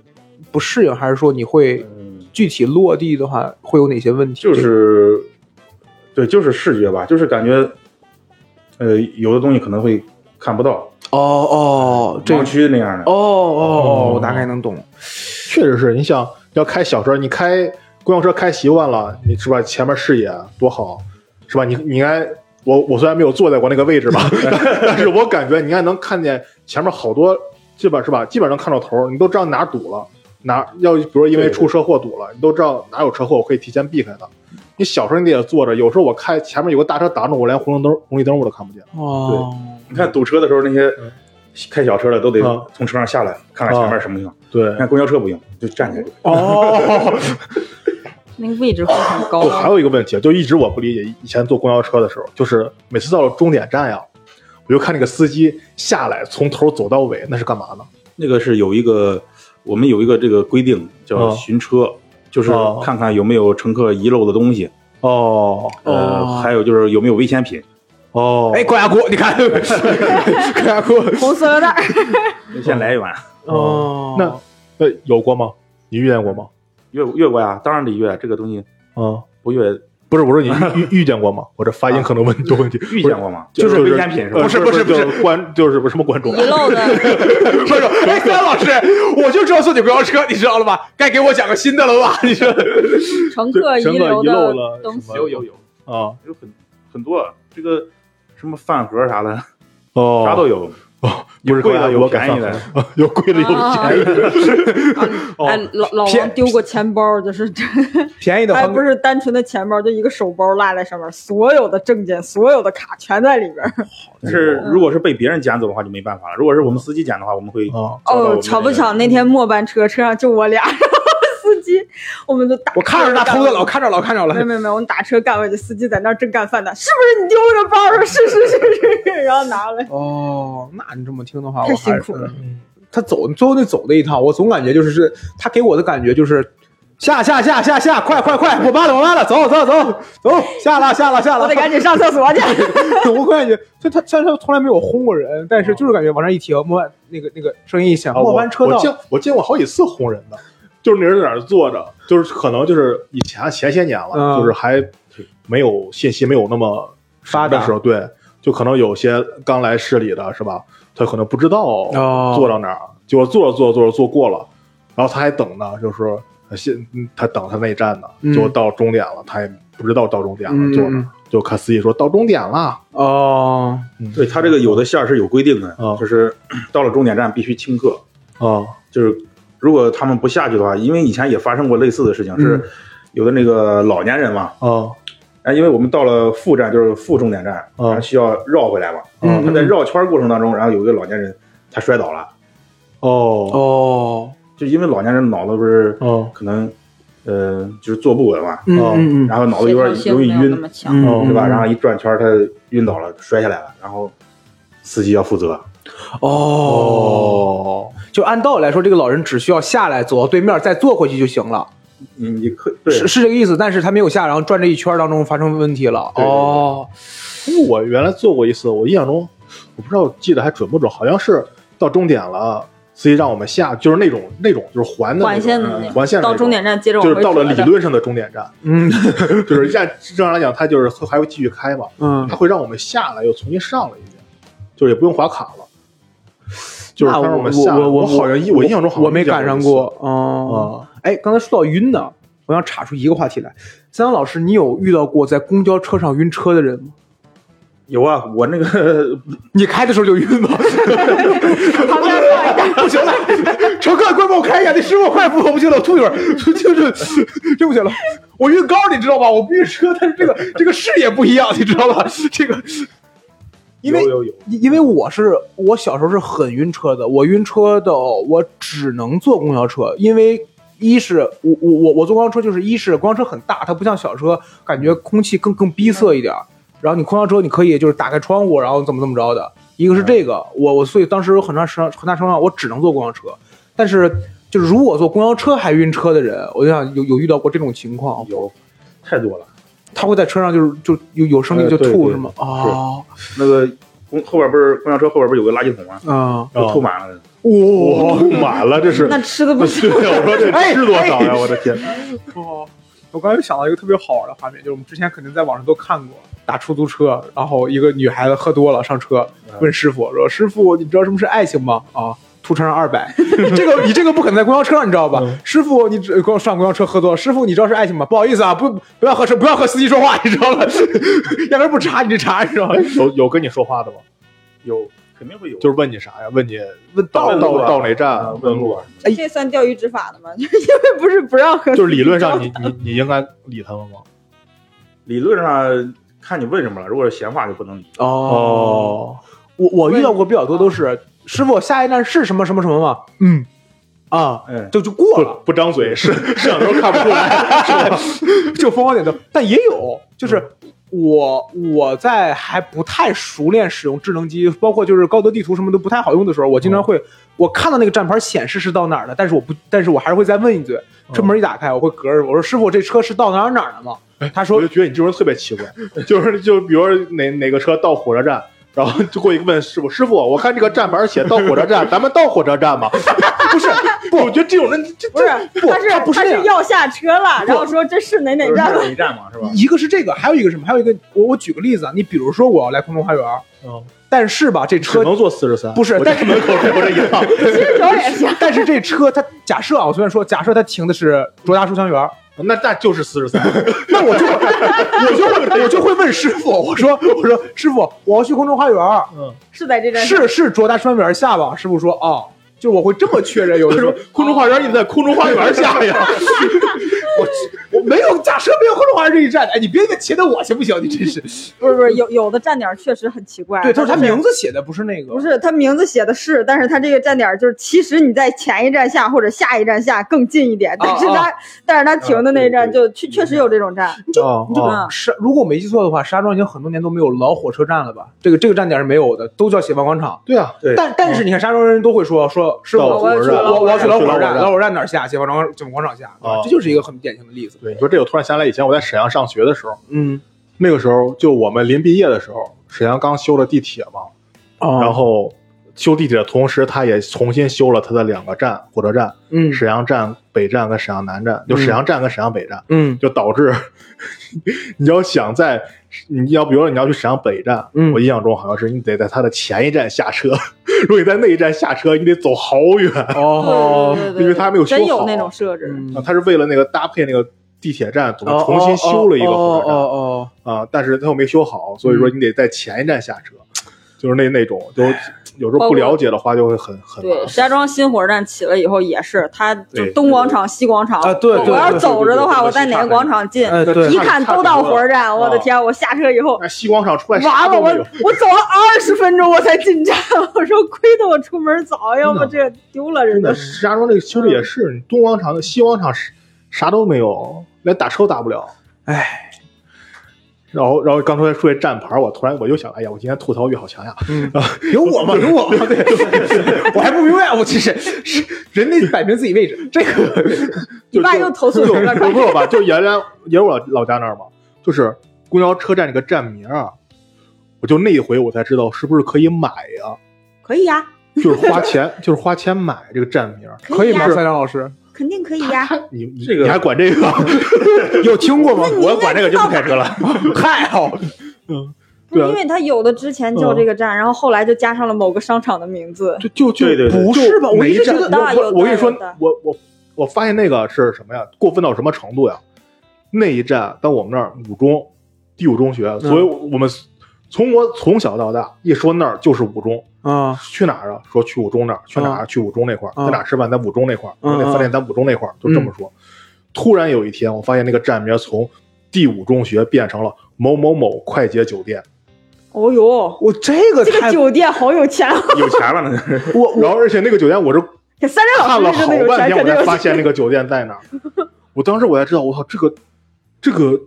Speaker 2: 不适应，还是说你会
Speaker 4: 嗯，
Speaker 2: 具体落地的话会有哪些问题？
Speaker 4: 就是对，就是视觉吧，就是感觉，呃，有的东西可能会看不到，
Speaker 2: 哦哦，这
Speaker 4: 盲区那样的。
Speaker 2: 哦哦哦，我大概能懂。
Speaker 1: 确实是你想要开小车，你开公交车开习惯了，你是吧？前面视野多好，是吧？你你应该，我我虽然没有坐在过那个位置吧，但但是我感觉你应该能看见前面好多，基本是吧？基本能看到头儿，你都知道哪儿堵了，哪要比如因为
Speaker 4: 对对
Speaker 1: 出车祸堵了，你都知道哪有车祸，我可以提前避开它。你小时候你得坐着，有时候我开前面有个大车挡着我，连红绿灯红绿灯我都看不见。
Speaker 2: 哦，
Speaker 4: 你看堵车的时候，那些
Speaker 1: 嗯
Speaker 4: 开小车的都得
Speaker 2: 嗯
Speaker 1: 啊
Speaker 4: 从车上下来，看看前面什么情况。
Speaker 1: 对
Speaker 4: 你看公交车不用，就站起来就。
Speaker 2: 哦，
Speaker 3: 那个位置会很
Speaker 1: 我还
Speaker 3: 高，啊
Speaker 1: 有一个问题，就一直我不理解，以前坐公交车的时候，就是每次到了终点站呀，我就看那个司机下来从头走到尾，那是干嘛呢？
Speaker 4: 那个是有一个我们有一个这个规定叫
Speaker 1: 哦
Speaker 4: 巡车，就是
Speaker 1: 哦
Speaker 4: 看看有没有乘客遗漏的东西，
Speaker 1: 哦
Speaker 2: 哦
Speaker 4: 呃，还有就是有没有危险品。
Speaker 1: 哦，
Speaker 2: 哎，高压锅，你 看，高压锅，
Speaker 3: 红塑料袋儿，
Speaker 4: 先来一碗，
Speaker 2: 哦，
Speaker 1: 那呃有过吗？你遇见过吗？
Speaker 4: 越越过呀，当然得越，这个东西
Speaker 1: 嗯，
Speaker 4: 不越
Speaker 1: 不是，我说你遇遇遇见过吗？我这发音可能问有问题，
Speaker 4: 啊遇见过吗？
Speaker 1: 不是，
Speaker 4: 是
Speaker 1: 就
Speaker 4: 危险品是吧？
Speaker 1: 不是
Speaker 2: 不
Speaker 1: 不
Speaker 2: 是
Speaker 1: 是
Speaker 2: 不是
Speaker 1: 就是观就是什么观众
Speaker 3: 遗漏的，
Speaker 2: 不是，哎，范老师，我就知道坐你公交车，你知道了吧？该给我讲个新的了吧？你说
Speaker 3: 乘客遗
Speaker 1: 乘客
Speaker 3: 留
Speaker 1: 遗漏
Speaker 3: 的
Speaker 1: 了
Speaker 3: 东西
Speaker 1: 什么。
Speaker 4: 有有有，
Speaker 1: 啊
Speaker 4: 有很很多这个什么饭盒啥的，
Speaker 1: 哦，
Speaker 4: 啥都有，
Speaker 1: 不是
Speaker 4: 贵
Speaker 1: 高压
Speaker 4: 的
Speaker 1: 锅
Speaker 4: 有
Speaker 1: 改
Speaker 4: 便宜
Speaker 1: 饭盒
Speaker 4: 的，
Speaker 1: 有贵的有
Speaker 3: 啊
Speaker 1: 便宜的，
Speaker 3: 哎，老老
Speaker 2: 骗
Speaker 3: 王丢过钱包，就是这，
Speaker 2: 便宜的
Speaker 3: 还
Speaker 2: 还
Speaker 3: 哎不是单纯的钱包，就一个手包落在上面，所有的证件、所有的卡全在里边儿。
Speaker 4: 但是
Speaker 1: 哦
Speaker 4: 如果是被别人捡走的话，就没办法了。如果是我们司机捡的话，我们会
Speaker 1: 啊
Speaker 4: 遭到我
Speaker 3: 哦，
Speaker 4: 们
Speaker 3: 巧
Speaker 4: 那
Speaker 3: 不
Speaker 4: 个
Speaker 3: 巧，那天末班车车上就我俩， 然后司机，我们就打
Speaker 2: 我看着
Speaker 3: 那
Speaker 2: 那偷的了，我看着了，我看 着了
Speaker 3: 没有。没有没有，我们打车干回去，司机在那儿正干饭呢，是不是你丢的包了？是是是是是，然后拿了。
Speaker 2: 哦，那你这么听的话，
Speaker 3: 太
Speaker 2: 我还
Speaker 3: 辛苦了
Speaker 2: 嗯他走最后那走的一趟，我总感觉就是是他给我的感觉就是。下下下下下！快快快！我慢了，我慢了，走走走走，下了下了下了！
Speaker 3: 我 得赶紧上厕 所去。
Speaker 2: 我感觉，就他虽然他从来没有轰过人，但
Speaker 3: 哦
Speaker 2: 是就是感觉往上一停，末班那个那个声音一响，
Speaker 1: 啊
Speaker 2: 末
Speaker 1: 我
Speaker 2: 班车道
Speaker 1: 我见我见过好几次红人的， 就是那人在那儿坐着，就是可能就是以前啊前些年了，
Speaker 2: 嗯
Speaker 1: 就是还没有信息没有那么
Speaker 2: 发达
Speaker 1: 的时候，对，就可能有些刚来市里的是吧，他可能不知道
Speaker 2: 哦
Speaker 1: 坐到哪儿，结果坐着坐着坐着坐过了，然后他还等呢，就是说呃现嗯他等他那一站呢，
Speaker 2: 嗯
Speaker 1: 就到终点了，他也不知道到终点
Speaker 2: 嗯
Speaker 1: 了，坐那儿就看司机说到终点了，
Speaker 2: 哦，
Speaker 4: 对他这个有的线儿是有规定的
Speaker 1: 啊，
Speaker 4: 就是 到了终点站必须清客，
Speaker 1: 啊
Speaker 4: 就是如果他们不下去的话，因为以前也发生过类似的事情，
Speaker 2: 嗯
Speaker 4: 是有的那个老年人嘛，
Speaker 1: 啊
Speaker 4: 啊，因为我们到了副站就是副终点站，然后需要绕回来嘛，
Speaker 2: 嗯
Speaker 4: 他在绕圈儿过程当中，然后有一个老年人他摔倒了，
Speaker 1: 哦
Speaker 2: 哦，
Speaker 4: 就因为老年人脑子不是
Speaker 1: 哦
Speaker 4: 可能呃就是坐不稳嘛，
Speaker 2: 嗯嗯嗯
Speaker 4: 然后脑子有点容易晕，嗯
Speaker 3: 强
Speaker 1: 哦
Speaker 4: 对吧？然后一转圈儿他晕倒了，摔下来了，然后司机要负责。
Speaker 2: 哦，
Speaker 1: 哦
Speaker 2: 就按道理来说，这个老人只需要下来走到对面再坐回去就行了，
Speaker 4: 你你可对
Speaker 2: 是是这个意思。但是他没有下，然后转这一圈当中发生问题了。
Speaker 4: 对对对
Speaker 2: 哦，
Speaker 1: 因为我原来做过一次，我印象中我不知道记得还准不准，好像是到终点了，司机让我们下，就是那种那种就是环的那种嗯
Speaker 3: 环线的那种
Speaker 1: 环线的那
Speaker 3: 到
Speaker 1: 种
Speaker 3: 终点站接着往
Speaker 1: 就
Speaker 3: 回
Speaker 1: 是到了理
Speaker 3: 折的
Speaker 1: 论上的终点站，
Speaker 2: 嗯
Speaker 1: 就是按正常来讲，它就是还会继续开嘛，
Speaker 2: 嗯
Speaker 1: 它，会让我们下来又重新上了一遍，就是也不用划卡了，就
Speaker 2: 那
Speaker 1: 是他
Speaker 2: 我
Speaker 1: 让们下来。
Speaker 2: 我
Speaker 1: 我
Speaker 2: 我
Speaker 1: 好像一我印象中好啊像
Speaker 2: 我没赶上
Speaker 1: 遇见
Speaker 2: 过
Speaker 1: 过。
Speaker 2: 哦，哎，刚才说到晕呢，我想岔出一个话题来。三阳老师，你有遇到过在公交车上晕车的人吗？
Speaker 4: 有啊，我那个
Speaker 2: 你开的时候就晕吗？
Speaker 3: 旁边坐一个
Speaker 2: 不行了，乘客快帮我开一下，那师傅快扶我不行了，我吐一会儿，就是这不行了，我晕高你知道吧？我不晕车，但是这个这个视野不一样，你知道吧？这个，因为
Speaker 4: 有有有，
Speaker 2: 因为我是我小时候是很晕车的，我晕车的我只能坐公交车，因为。一是我我我我坐公交车就是一是公交车很大，它不像小车，感觉空气更更逼塞一点儿。然后你公交车你可以就是打开窗户，然后怎么怎么着的。一个是这个，我我所以当时有很长时间很大程度上我只能坐公交车，但是就是如果坐公交车还晕车的人，我就想有有遇到过这种情况，
Speaker 4: 有太多了。
Speaker 2: 他会在车上就是就有有生命
Speaker 4: 呃
Speaker 2: 就
Speaker 4: 对
Speaker 2: 吐
Speaker 4: 对
Speaker 2: 是吗？啊
Speaker 4: 那个公后边不是公交车后边不是有个垃圾桶吗？
Speaker 2: 啊
Speaker 4: 都吐满了。
Speaker 1: 哇，吐哦满了，这是
Speaker 3: 那 吃的不
Speaker 1: 对，我说这吃多少呀？我的天！
Speaker 2: 哦，我刚才又想到一个特别好玩的画面，就是我们之前肯定在网上都看过，打出租车，然后一个女孩子喝多了上车，问师傅说：“师傅，你知道什么是爱情吗？”啊。吐车上二百， 这个你这个不可能在公交车上，你知道吧？师傅，你只光上公交车喝多了。师傅，你知道是爱情吗？不好意思啊，不不要和车，不要和司机说话，你知道吗？ 压根儿不查你这查，你知道吗？
Speaker 1: 有有跟你说话的吗？
Speaker 4: 有肯定会有，
Speaker 1: 就是问你啥呀？问你
Speaker 2: 问
Speaker 1: 到
Speaker 2: 道
Speaker 1: 到
Speaker 2: 路啊
Speaker 1: 到哪
Speaker 4: 啊
Speaker 1: 站？
Speaker 4: 问路啊。
Speaker 2: 哎
Speaker 3: 这算钓鱼执法的吗？ 因为不是不让 喝，
Speaker 1: 就是理论上你你你应该理他们吗？
Speaker 4: 理论上看你问什么了，如果是闲话就不能理。
Speaker 2: 哦，我我遇到过比较多都是师傅，下一站是什么什么什么吗？嗯，啊，
Speaker 1: 哎
Speaker 4: 嗯，
Speaker 2: 就就过了。
Speaker 1: 不不 张嘴，摄摄像头看不出来。
Speaker 2: 就疯狂点头，但也有就是我我在还不太熟练使用智能机，包括就是高德地图什么都不太好用的时候，我经
Speaker 1: 嗯
Speaker 2: 常会、我看到那个站牌显示是到哪儿的，但是我不，但是我还是会再问一嘴。车门一打开，我会隔着我说师傅，这车是到哪儿哪儿的吗？他说
Speaker 1: 我就觉得你这人特别奇怪，就是就比如说哪哪个车到火车站，然后就过去问师傅，师傅，我看这个站牌写到火车站，咱们到火车站 吧。
Speaker 2: 不是，
Speaker 1: 不，我觉得这种人这
Speaker 3: 不是，
Speaker 2: 不
Speaker 3: 他是
Speaker 2: 他不是
Speaker 3: 他
Speaker 2: 这
Speaker 3: 是
Speaker 2: 样
Speaker 3: 要下车了，然后说这是哪哪站
Speaker 4: 不
Speaker 3: 了，
Speaker 4: 是一站嘛，是吧？
Speaker 2: 一个是这个，还有一个什么？还有一个，我我举个例子啊，你比如说我要来空中花园，
Speaker 1: 嗯
Speaker 2: 但是吧，这
Speaker 1: 只
Speaker 2: 车
Speaker 1: 能坐四十三，
Speaker 2: 不是
Speaker 1: 我
Speaker 2: 但
Speaker 1: 在门口留着 一趟。
Speaker 3: 这种也行。
Speaker 2: 但是这车它假设啊，我随便说，假设它停的是卓家书香园，
Speaker 1: 那那就是四 十三，
Speaker 2: 那我就我就会我就会问师傅，我说我说师傅，我要去空中花园，
Speaker 1: 嗯，
Speaker 3: 是在这站上
Speaker 2: 是是卓家书香园下吧？师傅说哦，就是我会这么确认，有的时候
Speaker 1: 空中花园你在空中花园下呀，
Speaker 2: 我没有假设没有空中花园这一站，哎，你别给切的我行不行？你真是，
Speaker 3: 不是不是有有的站点确实很奇怪。
Speaker 2: 对，他说他
Speaker 3: 哎就是
Speaker 2: 名字写的不是那个，
Speaker 3: 不是他名字写的是，但是他这个站点就是，其实你在前一站下或者下一站下更近一点，但是他、但是他停的那一站就确、确实有这种站，
Speaker 2: 你就
Speaker 1: 哦
Speaker 2: 你就
Speaker 3: 哦
Speaker 2: 石，如果我没记错的话，石家庄已经很多年都没有老火车站了吧？这个这个站点是没有的，都叫解放广场。
Speaker 1: 对啊，
Speaker 4: 对
Speaker 2: 但但是你看，石家庄人都会说说师傅，
Speaker 1: 到
Speaker 2: 我
Speaker 1: 火车站
Speaker 2: 我我要去老火车站，
Speaker 1: 我去老
Speaker 2: 老火
Speaker 1: 火车站
Speaker 2: 车站哪儿下？解放庄解放广场下，
Speaker 1: 哦
Speaker 2: 这就是一个很典型的例子。
Speaker 1: 对，你说这我突然想起来，以前我在沈阳上学的时候，
Speaker 2: 嗯，
Speaker 1: 那个时候就我们临毕业的时候，沈阳刚修了地铁嘛，然
Speaker 2: 然
Speaker 1: 后修地铁的同时，他也重新修了他的两个站，火车站，
Speaker 2: 嗯
Speaker 1: 沈阳站北站跟沈阳南站，就
Speaker 2: 嗯
Speaker 1: 沈阳站跟沈阳北站，
Speaker 2: 嗯
Speaker 1: 就导致 你要想在你要比如说你要去沈阳北站，
Speaker 2: 嗯
Speaker 1: 我印象中好像是你得在它的前一站下车， 如果你在那一站下车，你得走好远，
Speaker 2: 哦
Speaker 3: 嗯对对对对
Speaker 1: 因为他还没有修好
Speaker 3: 真有那种设置。
Speaker 2: 嗯
Speaker 1: 啊，他是为了那个搭配那个地铁站，总是重新修了一个火车站
Speaker 2: 哦嗯哦
Speaker 1: 啊，但是他又没修好，所以说你得在前一站下车，就是那那种就有时候不了解的话就会很很麻
Speaker 3: 对，
Speaker 1: 烦
Speaker 3: 石家庄新火车站起了以后也是，它就
Speaker 1: 对
Speaker 3: 东广场、西广场
Speaker 2: 啊对对对
Speaker 3: 我要是走着的
Speaker 1: 对对
Speaker 3: 话，
Speaker 1: 对
Speaker 3: 我在哪个广场进
Speaker 1: 呃
Speaker 2: 哎，对
Speaker 3: 一看都到火车站，我的天！我下车以后，
Speaker 1: 那西广场出来啊哎啥
Speaker 3: 完了，
Speaker 1: 都
Speaker 3: 我
Speaker 1: 没有，
Speaker 3: 我走了二十分钟我才进站，我说亏得我出门早，要不这丢了人
Speaker 1: 真
Speaker 3: 都
Speaker 4: 嗯
Speaker 1: 的，石家庄这个其实也是，你东广场、西广场啥啥都没有，连打车都打不了。
Speaker 2: 哎，
Speaker 1: 然后，然后刚才说这站牌，我突然我又想，哎呀，我今天吐槽欲好强呀！
Speaker 2: 嗯，有我吗？有我吗？对，我还不明白，我其实是人得摆明自己位置，这个
Speaker 3: 你爸又投诉
Speaker 1: 就
Speaker 3: 你了，
Speaker 1: 我不是吧？就原来也是我老家那儿嘛，就是公交车站这个站名啊，我就那一回我才知道是不是可以买呀、
Speaker 3: 可以呀，
Speaker 1: 就是花钱， 就是花钱买这个站名。
Speaker 2: 可以吗？
Speaker 3: 呀
Speaker 2: 三良老师
Speaker 3: 肯定可以呀。
Speaker 1: 他你你
Speaker 4: 这个
Speaker 1: 你还管这 个？
Speaker 2: 有听过吗？
Speaker 1: 我管这个就不开车了。
Speaker 2: 太好，
Speaker 3: 不
Speaker 1: 对
Speaker 3: 是
Speaker 1: 啊
Speaker 3: 因为他有的之前叫这个站，然后后来就加上了某个商场的名字。
Speaker 1: 就就就
Speaker 4: 对对对
Speaker 1: 不
Speaker 2: 就是
Speaker 1: 吧？我
Speaker 2: 每
Speaker 1: 一
Speaker 2: 一
Speaker 1: 直觉
Speaker 2: 站
Speaker 1: 得
Speaker 3: 有的
Speaker 1: 我我我跟你说
Speaker 3: 有的，
Speaker 1: 我我我发现那个是什么呀？过分到什么程度呀？那一站到我们那儿五中第五中学，所以我们从我从小到大一说那儿就是五中，
Speaker 2: 嗯
Speaker 1: 去哪儿啊？说去五中那儿，去哪儿啊？去五中那块儿，
Speaker 2: 嗯
Speaker 1: 在哪儿吃饭？在五中那块儿，
Speaker 2: 嗯
Speaker 1: 那饭店在五中那块儿，就这么说。突然有一天，我发现那个站名从第五中学变成了某某某快捷酒店，
Speaker 3: 哦呦，
Speaker 2: 我这个
Speaker 3: 这
Speaker 2: 太
Speaker 3: 个酒店好有钱，
Speaker 4: 有钱了 呢，
Speaker 2: 我我
Speaker 1: 然后而且那个酒店我是
Speaker 3: 给三山
Speaker 1: 看
Speaker 3: 老
Speaker 1: 了
Speaker 3: 师
Speaker 1: 好
Speaker 3: 真的有
Speaker 1: 半
Speaker 3: 钱，
Speaker 1: 天，我
Speaker 3: 肯定
Speaker 1: 才
Speaker 3: 有
Speaker 1: 发
Speaker 3: 钱。
Speaker 1: 现那个酒店在哪儿。我当时我才知道，我操，这个这个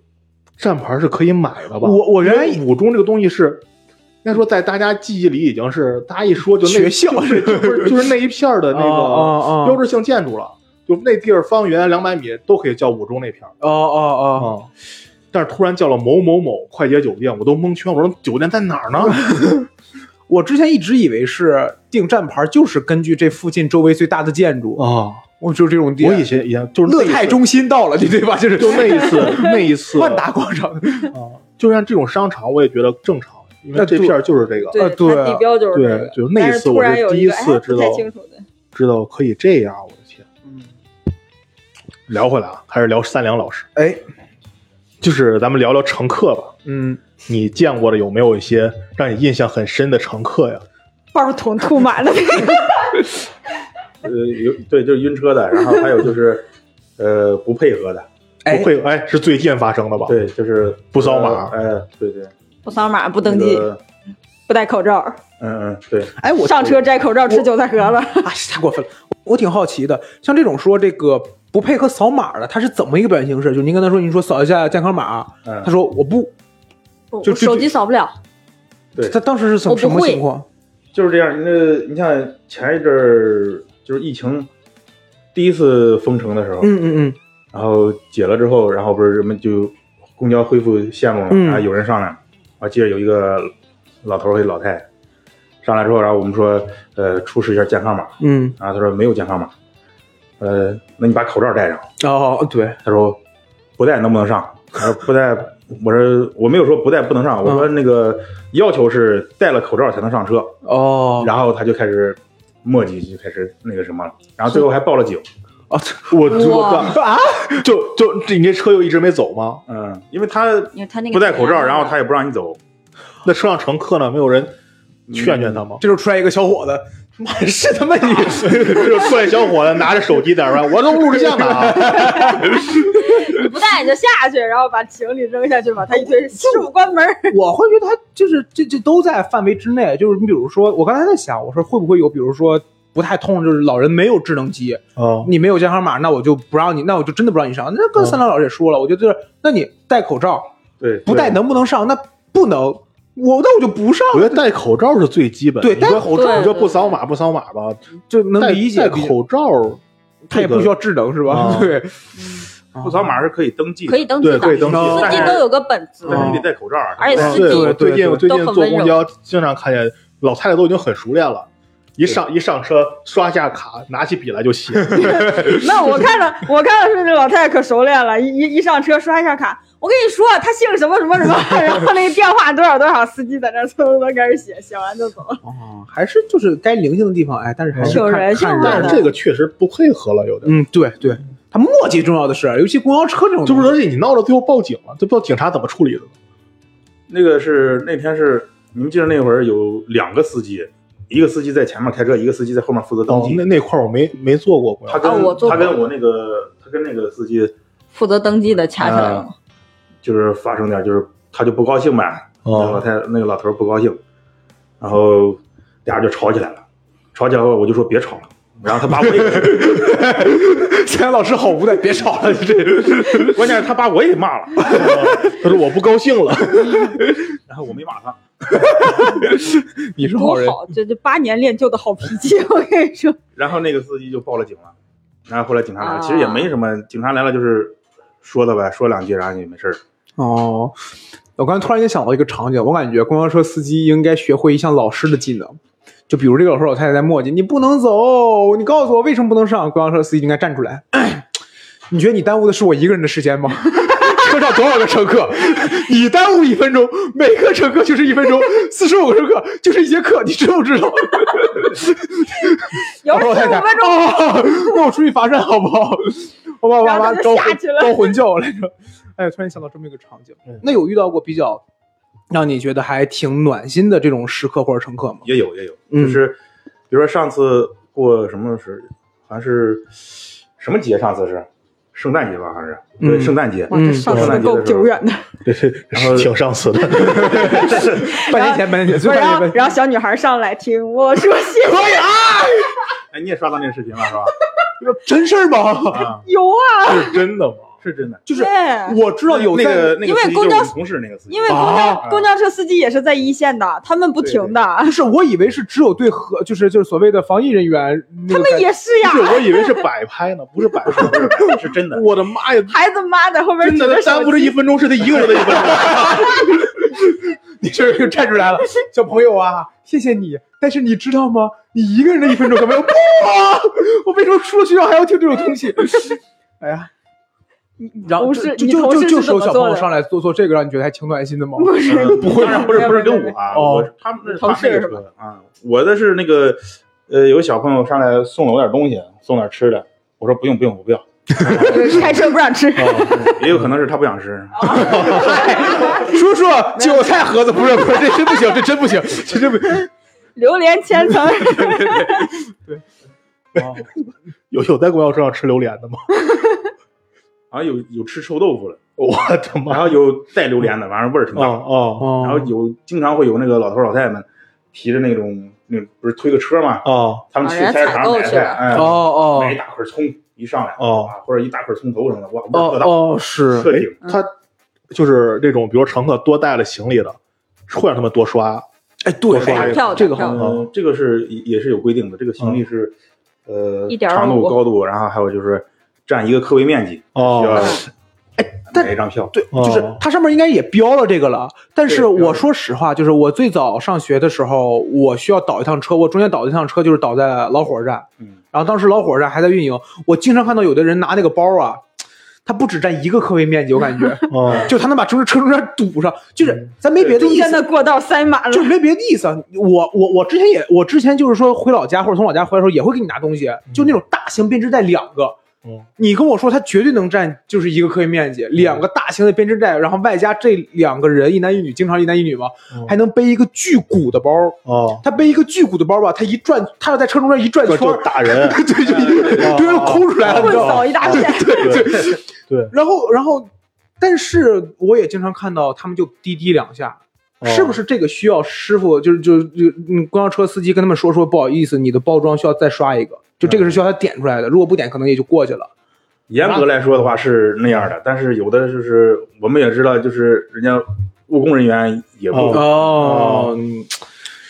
Speaker 1: 站牌是可以买的吧？
Speaker 2: 我我原来
Speaker 1: 因为五中这个东西是，应该说在大家记忆里已经是大家一说就那
Speaker 2: 学校
Speaker 1: 就是 就是就是那一片儿的那个
Speaker 2: 哦
Speaker 1: 标志性建筑了，就那地儿方圆两百米都可以叫五中那片儿
Speaker 2: 哦哦哦，
Speaker 1: 啊。但是突然叫了某某某快捷酒店，我都蒙圈，我说酒店在哪儿呢？
Speaker 2: 我之前一直以为是定站牌就是根据这附近周围最大的建筑，
Speaker 1: 啊，
Speaker 2: 我就是这种点。
Speaker 1: 我以前也就是那
Speaker 2: 哦乐
Speaker 1: 一次
Speaker 2: 泰中心到了，你对吧？就是
Speaker 1: 就那一 次那一次
Speaker 2: 万达广场，
Speaker 1: 啊，就像这种商场，我也觉得正常，因为
Speaker 2: 那
Speaker 1: 这
Speaker 2: 对
Speaker 1: 片儿就是这个，
Speaker 2: 啊对
Speaker 3: 呃它地标就是这
Speaker 1: 对
Speaker 3: 个，。
Speaker 1: 就那
Speaker 3: 但
Speaker 1: 一
Speaker 3: 是
Speaker 1: 次
Speaker 3: 突
Speaker 1: 我
Speaker 3: 然有
Speaker 1: 是第
Speaker 3: 一
Speaker 1: 一
Speaker 3: 个哎
Speaker 1: 次知
Speaker 3: 不
Speaker 1: 道
Speaker 3: 太清楚的，
Speaker 1: 知道可以这样，我的天！聊回来啊，还是聊三良老师，
Speaker 2: 哎，
Speaker 1: 就是咱们聊聊乘客吧。
Speaker 2: 嗯，
Speaker 1: 你见过的有没有一些让你印象很深的乘客呀？
Speaker 3: 抱着桶吐满了那个。
Speaker 4: 呃，有对，就是晕车的，然后还有就是，呃，不配合的，
Speaker 2: 哎
Speaker 1: 不会，哎，是最近发生的吧？，
Speaker 4: 对，就是
Speaker 1: 不扫码
Speaker 4: 呃哎，对对，
Speaker 3: 不扫码，不
Speaker 4: 那
Speaker 3: 登记，
Speaker 4: 个
Speaker 3: 不戴口罩，
Speaker 4: 嗯嗯，对，
Speaker 2: 哎，我
Speaker 3: 上车摘口罩吃韭菜盒子。
Speaker 2: 哎，太过分了。我挺好奇的，像这种说这个不配合扫码的，他是怎么一个表现形式？就您跟他说，您说扫一下健康码，
Speaker 4: 嗯
Speaker 2: 他说我不，
Speaker 3: 我
Speaker 2: 就
Speaker 3: 我手机扫不了，
Speaker 4: 对
Speaker 2: 他当时是
Speaker 3: 我
Speaker 2: 什什
Speaker 3: 不
Speaker 2: 么
Speaker 3: 会
Speaker 2: 情况？
Speaker 4: 就是这样。那你像前一阵儿就是疫情第一次封城的时候，
Speaker 2: 嗯嗯
Speaker 4: 然后解了之后，然后不是人们就公交恢复线路嘛，
Speaker 2: 嗯
Speaker 4: 然后有人上来，我记得有一个老头儿和一老太太上来之后，然后我们说，呃，出示一下健康码，啊
Speaker 2: 嗯
Speaker 4: 然后他说没有健康码，呃，那你把口罩戴上。
Speaker 2: 嗯，哦对，
Speaker 4: 他说不戴能不能上？我说不戴，我说我没有说不戴不能上，我
Speaker 2: 嗯
Speaker 4: 说那个要求是戴了口罩才能上车。
Speaker 2: 哦
Speaker 4: 然后他就开始墨迹，就开始那个什么了，然后最后还报了警。
Speaker 2: 哦
Speaker 1: 我
Speaker 3: 哇
Speaker 1: 我
Speaker 2: 啊，
Speaker 1: 就就这你这车又一直没走吗？
Speaker 4: 嗯，因为他
Speaker 3: 因为他那个
Speaker 4: 不戴口罩，然后他也不让你走。
Speaker 1: 那车上乘客呢？没有人劝劝他吗？
Speaker 2: 这时候出来一个小伙子，满是他妈 你，
Speaker 1: 这 就出来小伙子拿着手机在那儿玩，我都录着像呢啊。
Speaker 3: 你不戴你就下去，然后把行李扔下去，把他一 推，师傅关门儿。
Speaker 2: 我会觉得他就是这这都在范围之内。就是你比如说，我刚才在想，我说会不会有，比如说不太通，就是老人没有智能机，
Speaker 1: 哦，
Speaker 2: 你没有健康码，那我就不让你，那我就真的不让你上。那跟三郎老师也说了，我觉得就是，那你戴口罩
Speaker 4: 对，
Speaker 2: 不戴能不能上？那不能，我那我就不上，
Speaker 1: 我觉得戴口罩是最基本的。
Speaker 2: 对
Speaker 1: 你说
Speaker 2: 戴口罩
Speaker 1: 你说不扫码不扫码吧，
Speaker 2: 就能
Speaker 1: 戴
Speaker 2: 理解。
Speaker 1: 戴
Speaker 2: 毕竟
Speaker 1: 口罩，
Speaker 2: 他也
Speaker 1: 这个
Speaker 2: 不需要智能是吧？
Speaker 1: 啊
Speaker 2: 对，啊
Speaker 4: 不扫码是可以登记的，
Speaker 3: 可以登记的，
Speaker 1: 对可以登记
Speaker 3: 司机都有个本子，
Speaker 4: 但是你得戴口罩啊。
Speaker 3: 而且
Speaker 1: 对
Speaker 3: 司
Speaker 1: 对
Speaker 3: 机
Speaker 1: 我最近
Speaker 2: 对
Speaker 1: 我最近
Speaker 3: 都很
Speaker 1: 坐
Speaker 3: 温柔
Speaker 1: 公交经常看见老太太都已经很熟练了。一上一上车，刷下卡，拿起笔来 就写。
Speaker 3: 那我看了，我看了是这老太太可熟练了，一一一上车刷一下卡。我跟你说，她姓什么什么什么， 然后那个电话多少多少，司机在那儿蹭蹭蹭开始写，写完就走。
Speaker 2: 哦，还是就是该灵性的地方，哎，但是还是
Speaker 3: 有
Speaker 2: 看
Speaker 3: 人性
Speaker 2: 看
Speaker 3: 的
Speaker 1: 但是这个确实不配合了，有点。
Speaker 2: 嗯，对对，他墨迹重要的是，尤其公交车这种
Speaker 1: 这
Speaker 2: 东
Speaker 1: 不
Speaker 2: 西，
Speaker 1: 是，而且你闹到最后报警了，这不知道警察怎么处理的。
Speaker 4: 那个是那天是你们记得那会儿有两个司机，一个司机在前面开车，一个司机在后面负责登
Speaker 1: 哦，
Speaker 4: 记
Speaker 1: 那。那块儿我没没坐过，
Speaker 4: 他
Speaker 3: 啊
Speaker 4: 跟
Speaker 3: 我做过
Speaker 4: 他跟我那个他跟那个司机
Speaker 3: 负责登记的掐起来了，
Speaker 4: 呃就是发生点，就是他就不高兴呗，那个老
Speaker 1: 哦，
Speaker 4: 太那个老头儿不高兴，然后俩人就吵起来了。吵起来后我就说别吵了，然后他把我也，
Speaker 2: 三郎老师好无奈，别吵了， 这
Speaker 4: 关键是他把我也骂了，
Speaker 1: 他说我不高兴了。
Speaker 4: 然后我没骂他，
Speaker 2: 你是好
Speaker 3: 多
Speaker 2: 人。
Speaker 3: 好！这这八年练就的好脾气，我跟你
Speaker 1: 哦
Speaker 3: 说，
Speaker 4: 然后那个司机就报了警了，然后后来警察来
Speaker 3: 啊
Speaker 4: 了，其实也没什么，警察来了就是说的呗，说两句，然后也没事儿。
Speaker 2: 哦，我刚才突然间想到一个场景，我感觉公交车司机应该学会一项老师的技能，就比如这个老头老太太在墨迹，你不能走，你告诉我为什么不能上？公交车司机应该站出来， 你觉得你耽误的是我一个人的时间吗？ 车上多少个乘客？你耽误一分钟，每个乘客就是一分钟，四十五个乘客就是一节课，你知不知道？
Speaker 3: 有
Speaker 2: 然
Speaker 3: 时
Speaker 2: 后哦
Speaker 3: 候
Speaker 2: 我
Speaker 3: 十
Speaker 2: 太
Speaker 3: 五
Speaker 2: 太
Speaker 3: 分钟
Speaker 2: 啊，那我出去罚站好不好？我把我爸妈
Speaker 3: 然后他
Speaker 2: 招
Speaker 3: 就下
Speaker 2: 魂
Speaker 3: 去了
Speaker 2: 招魂叫来着。哎，突然想到这么一个场景
Speaker 1: 嗯，
Speaker 2: 那有遇到过比较让你觉得还挺暖心的这种时刻或者乘客吗？
Speaker 4: 也有也有，
Speaker 2: 嗯
Speaker 4: 就是比如说上次过什么时，好像是什么节？上次是圣诞节吧，好像是对
Speaker 2: 嗯
Speaker 4: 圣诞节。
Speaker 3: 哇，
Speaker 2: 嗯
Speaker 3: 这上升的够久远的。
Speaker 1: 这是
Speaker 4: 然后
Speaker 1: 挺上次的，
Speaker 2: 半年前，半年前，最
Speaker 3: 不是
Speaker 2: 半
Speaker 3: 然
Speaker 2: 年
Speaker 3: 后
Speaker 2: 前，
Speaker 3: 然后小女孩上来听我说谢谢，
Speaker 1: 啊
Speaker 4: 哎，你也刷到那个视频了是 吧？
Speaker 2: 真事儿吗？
Speaker 4: 啊，
Speaker 3: 有啊，
Speaker 1: 是真的吗？
Speaker 4: 是真的。
Speaker 2: 就是
Speaker 3: 对
Speaker 2: 我知道有
Speaker 4: 那
Speaker 2: 在
Speaker 4: 个那
Speaker 3: 因
Speaker 4: 个
Speaker 3: 为
Speaker 4: 司机
Speaker 3: 公
Speaker 4: 就是
Speaker 3: 交
Speaker 4: 我们同事那个司机，
Speaker 3: 因为公交
Speaker 4: 啊
Speaker 3: 公交车司机也是在一线的，他们不停的，
Speaker 2: 不是，我以为是只有对和就是就是所谓的防疫人员，
Speaker 3: 他们也是呀
Speaker 1: 不。是，我以为是摆拍呢，不是 摆拍。
Speaker 4: 是真的。
Speaker 1: 我的妈呀！
Speaker 3: 孩子妈在后边
Speaker 1: 真的，
Speaker 3: 指
Speaker 1: 他
Speaker 3: 着手
Speaker 1: 耽误这
Speaker 3: 机
Speaker 1: 一分钟是他一个人的一分钟。
Speaker 2: 你这又站出 来了，小朋友啊，谢谢你。但是你知道吗？你一个人的一分钟可没有。不啊！我为什么出了学校还要听这种东西？哎呀，然后
Speaker 3: 同
Speaker 2: 就
Speaker 3: 事
Speaker 2: 就
Speaker 3: 你
Speaker 2: 就
Speaker 3: 同
Speaker 2: 就
Speaker 3: 事
Speaker 2: 就是
Speaker 3: 怎
Speaker 2: 有
Speaker 3: 么
Speaker 2: 小
Speaker 3: 做
Speaker 2: 朋友
Speaker 3: 的
Speaker 2: 上来做做这个，让你觉得还挺暖心的吗？
Speaker 3: 不是
Speaker 4: 呃不会，不是不是
Speaker 3: 没有
Speaker 4: 跟
Speaker 3: 没有
Speaker 4: 我啊，
Speaker 2: 哦
Speaker 4: 我是他们是
Speaker 3: 同事
Speaker 4: 他们
Speaker 3: 是
Speaker 4: 那个车啊，我的是那个呃，有个小朋友上来送了我点东西，送点吃的，我说不用不用，我 不要，
Speaker 3: 开车不让吃，
Speaker 1: 哦
Speaker 4: 也有可能是他不想吃，
Speaker 3: 哦
Speaker 2: 叔叔，韭菜盒子不是不 是，这真不行，这真不行，这真不行。
Speaker 3: 榴莲千 层。
Speaker 1: 有有在公交车上吃榴莲的吗？
Speaker 4: 好像有有吃臭豆腐的，
Speaker 1: 我的
Speaker 3: 哦
Speaker 4: 然
Speaker 1: 妈！
Speaker 4: 后有带榴莲的，完了味儿挺
Speaker 1: 哦
Speaker 4: 大，
Speaker 1: 哦
Speaker 2: 然
Speaker 4: 然后有经常会有那个老头老太太们提着那种那种不是推个车嘛，
Speaker 1: 哦
Speaker 4: 他们去
Speaker 3: 啊人
Speaker 4: 菜
Speaker 3: 家
Speaker 4: 市场买
Speaker 3: 采购去
Speaker 4: 菜，
Speaker 3: 了
Speaker 4: 哎，
Speaker 2: 哦
Speaker 4: 买一大啊块葱一上来
Speaker 1: 哦
Speaker 4: 啊，或者一大块葱头什么的，哇，味儿特
Speaker 2: 哦
Speaker 4: 大，
Speaker 2: 哦是
Speaker 4: 特顶，
Speaker 1: 他就是这种，比如乘客多带了行李的，会让他们多刷。
Speaker 2: 哎，对，
Speaker 1: 多刷
Speaker 2: 哎
Speaker 1: 一个
Speaker 3: 票
Speaker 2: 这个
Speaker 3: 票
Speaker 2: 好
Speaker 1: 嗯
Speaker 4: 呃，这个是也是有规定的，这个行李是、呃
Speaker 3: 1.25
Speaker 4: 长度、高度，然后还有就是占一个客位面积，需要哎
Speaker 1: 哦，
Speaker 2: 但
Speaker 4: 买一张票。
Speaker 2: 对，
Speaker 1: 哦
Speaker 2: 就是它上面应该也标了这个了。但是
Speaker 4: 对标了
Speaker 2: 我说实话，就是我最早上学的时候，我需要倒一趟车，我中间倒一趟车就是倒在老火车站，
Speaker 4: 嗯，
Speaker 2: 然后当时老火车站还在运营，我经常看到有的人拿那个包啊，它不只占一个客位面积，我感 觉
Speaker 1: 哦，
Speaker 2: 就他能把中车中间堵上，就是咱没别的
Speaker 4: 嗯对
Speaker 2: 意
Speaker 3: 真
Speaker 2: 思
Speaker 3: 的。过道塞满
Speaker 2: 就是
Speaker 3: 了，
Speaker 2: 没别的意思啊，我我我之前也，我之前就是说回老家或者从老家回来的时候也会给你拿东西，
Speaker 4: 嗯
Speaker 2: 就那种大型编织袋两个，
Speaker 1: 嗯
Speaker 2: 你跟我说它绝对能占就是一个客位面积，两个大型的编织袋，然后外加这两个人一男一女，经常一男一女嘛
Speaker 1: 嗯，
Speaker 2: 还能背一个巨鼓的包，
Speaker 1: 哦，
Speaker 2: 他背一个巨鼓的包吧，他一转，他要在车中间一转
Speaker 1: 就
Speaker 2: 圈，，
Speaker 1: 就打人
Speaker 2: 对，就一
Speaker 1: 哦
Speaker 2: 就是抠出来了，你
Speaker 3: 混
Speaker 2: 知道吗？
Speaker 3: 扫一大片。
Speaker 1: 对对，
Speaker 2: 然后，然后，但是我也经常看到他们就滴滴两下，
Speaker 1: 哦
Speaker 2: 是不是这个需要师傅就是就是就嗯公交车司机跟他们说说不好意思，你的包装需要再刷一个，就这个是需要他点出来的，如果不点可能也就过去了。
Speaker 4: 严格来说的话是那样的，但是有的就是我们也知道，就是人家务工人员也不、
Speaker 1: 哦
Speaker 2: 哦，嗯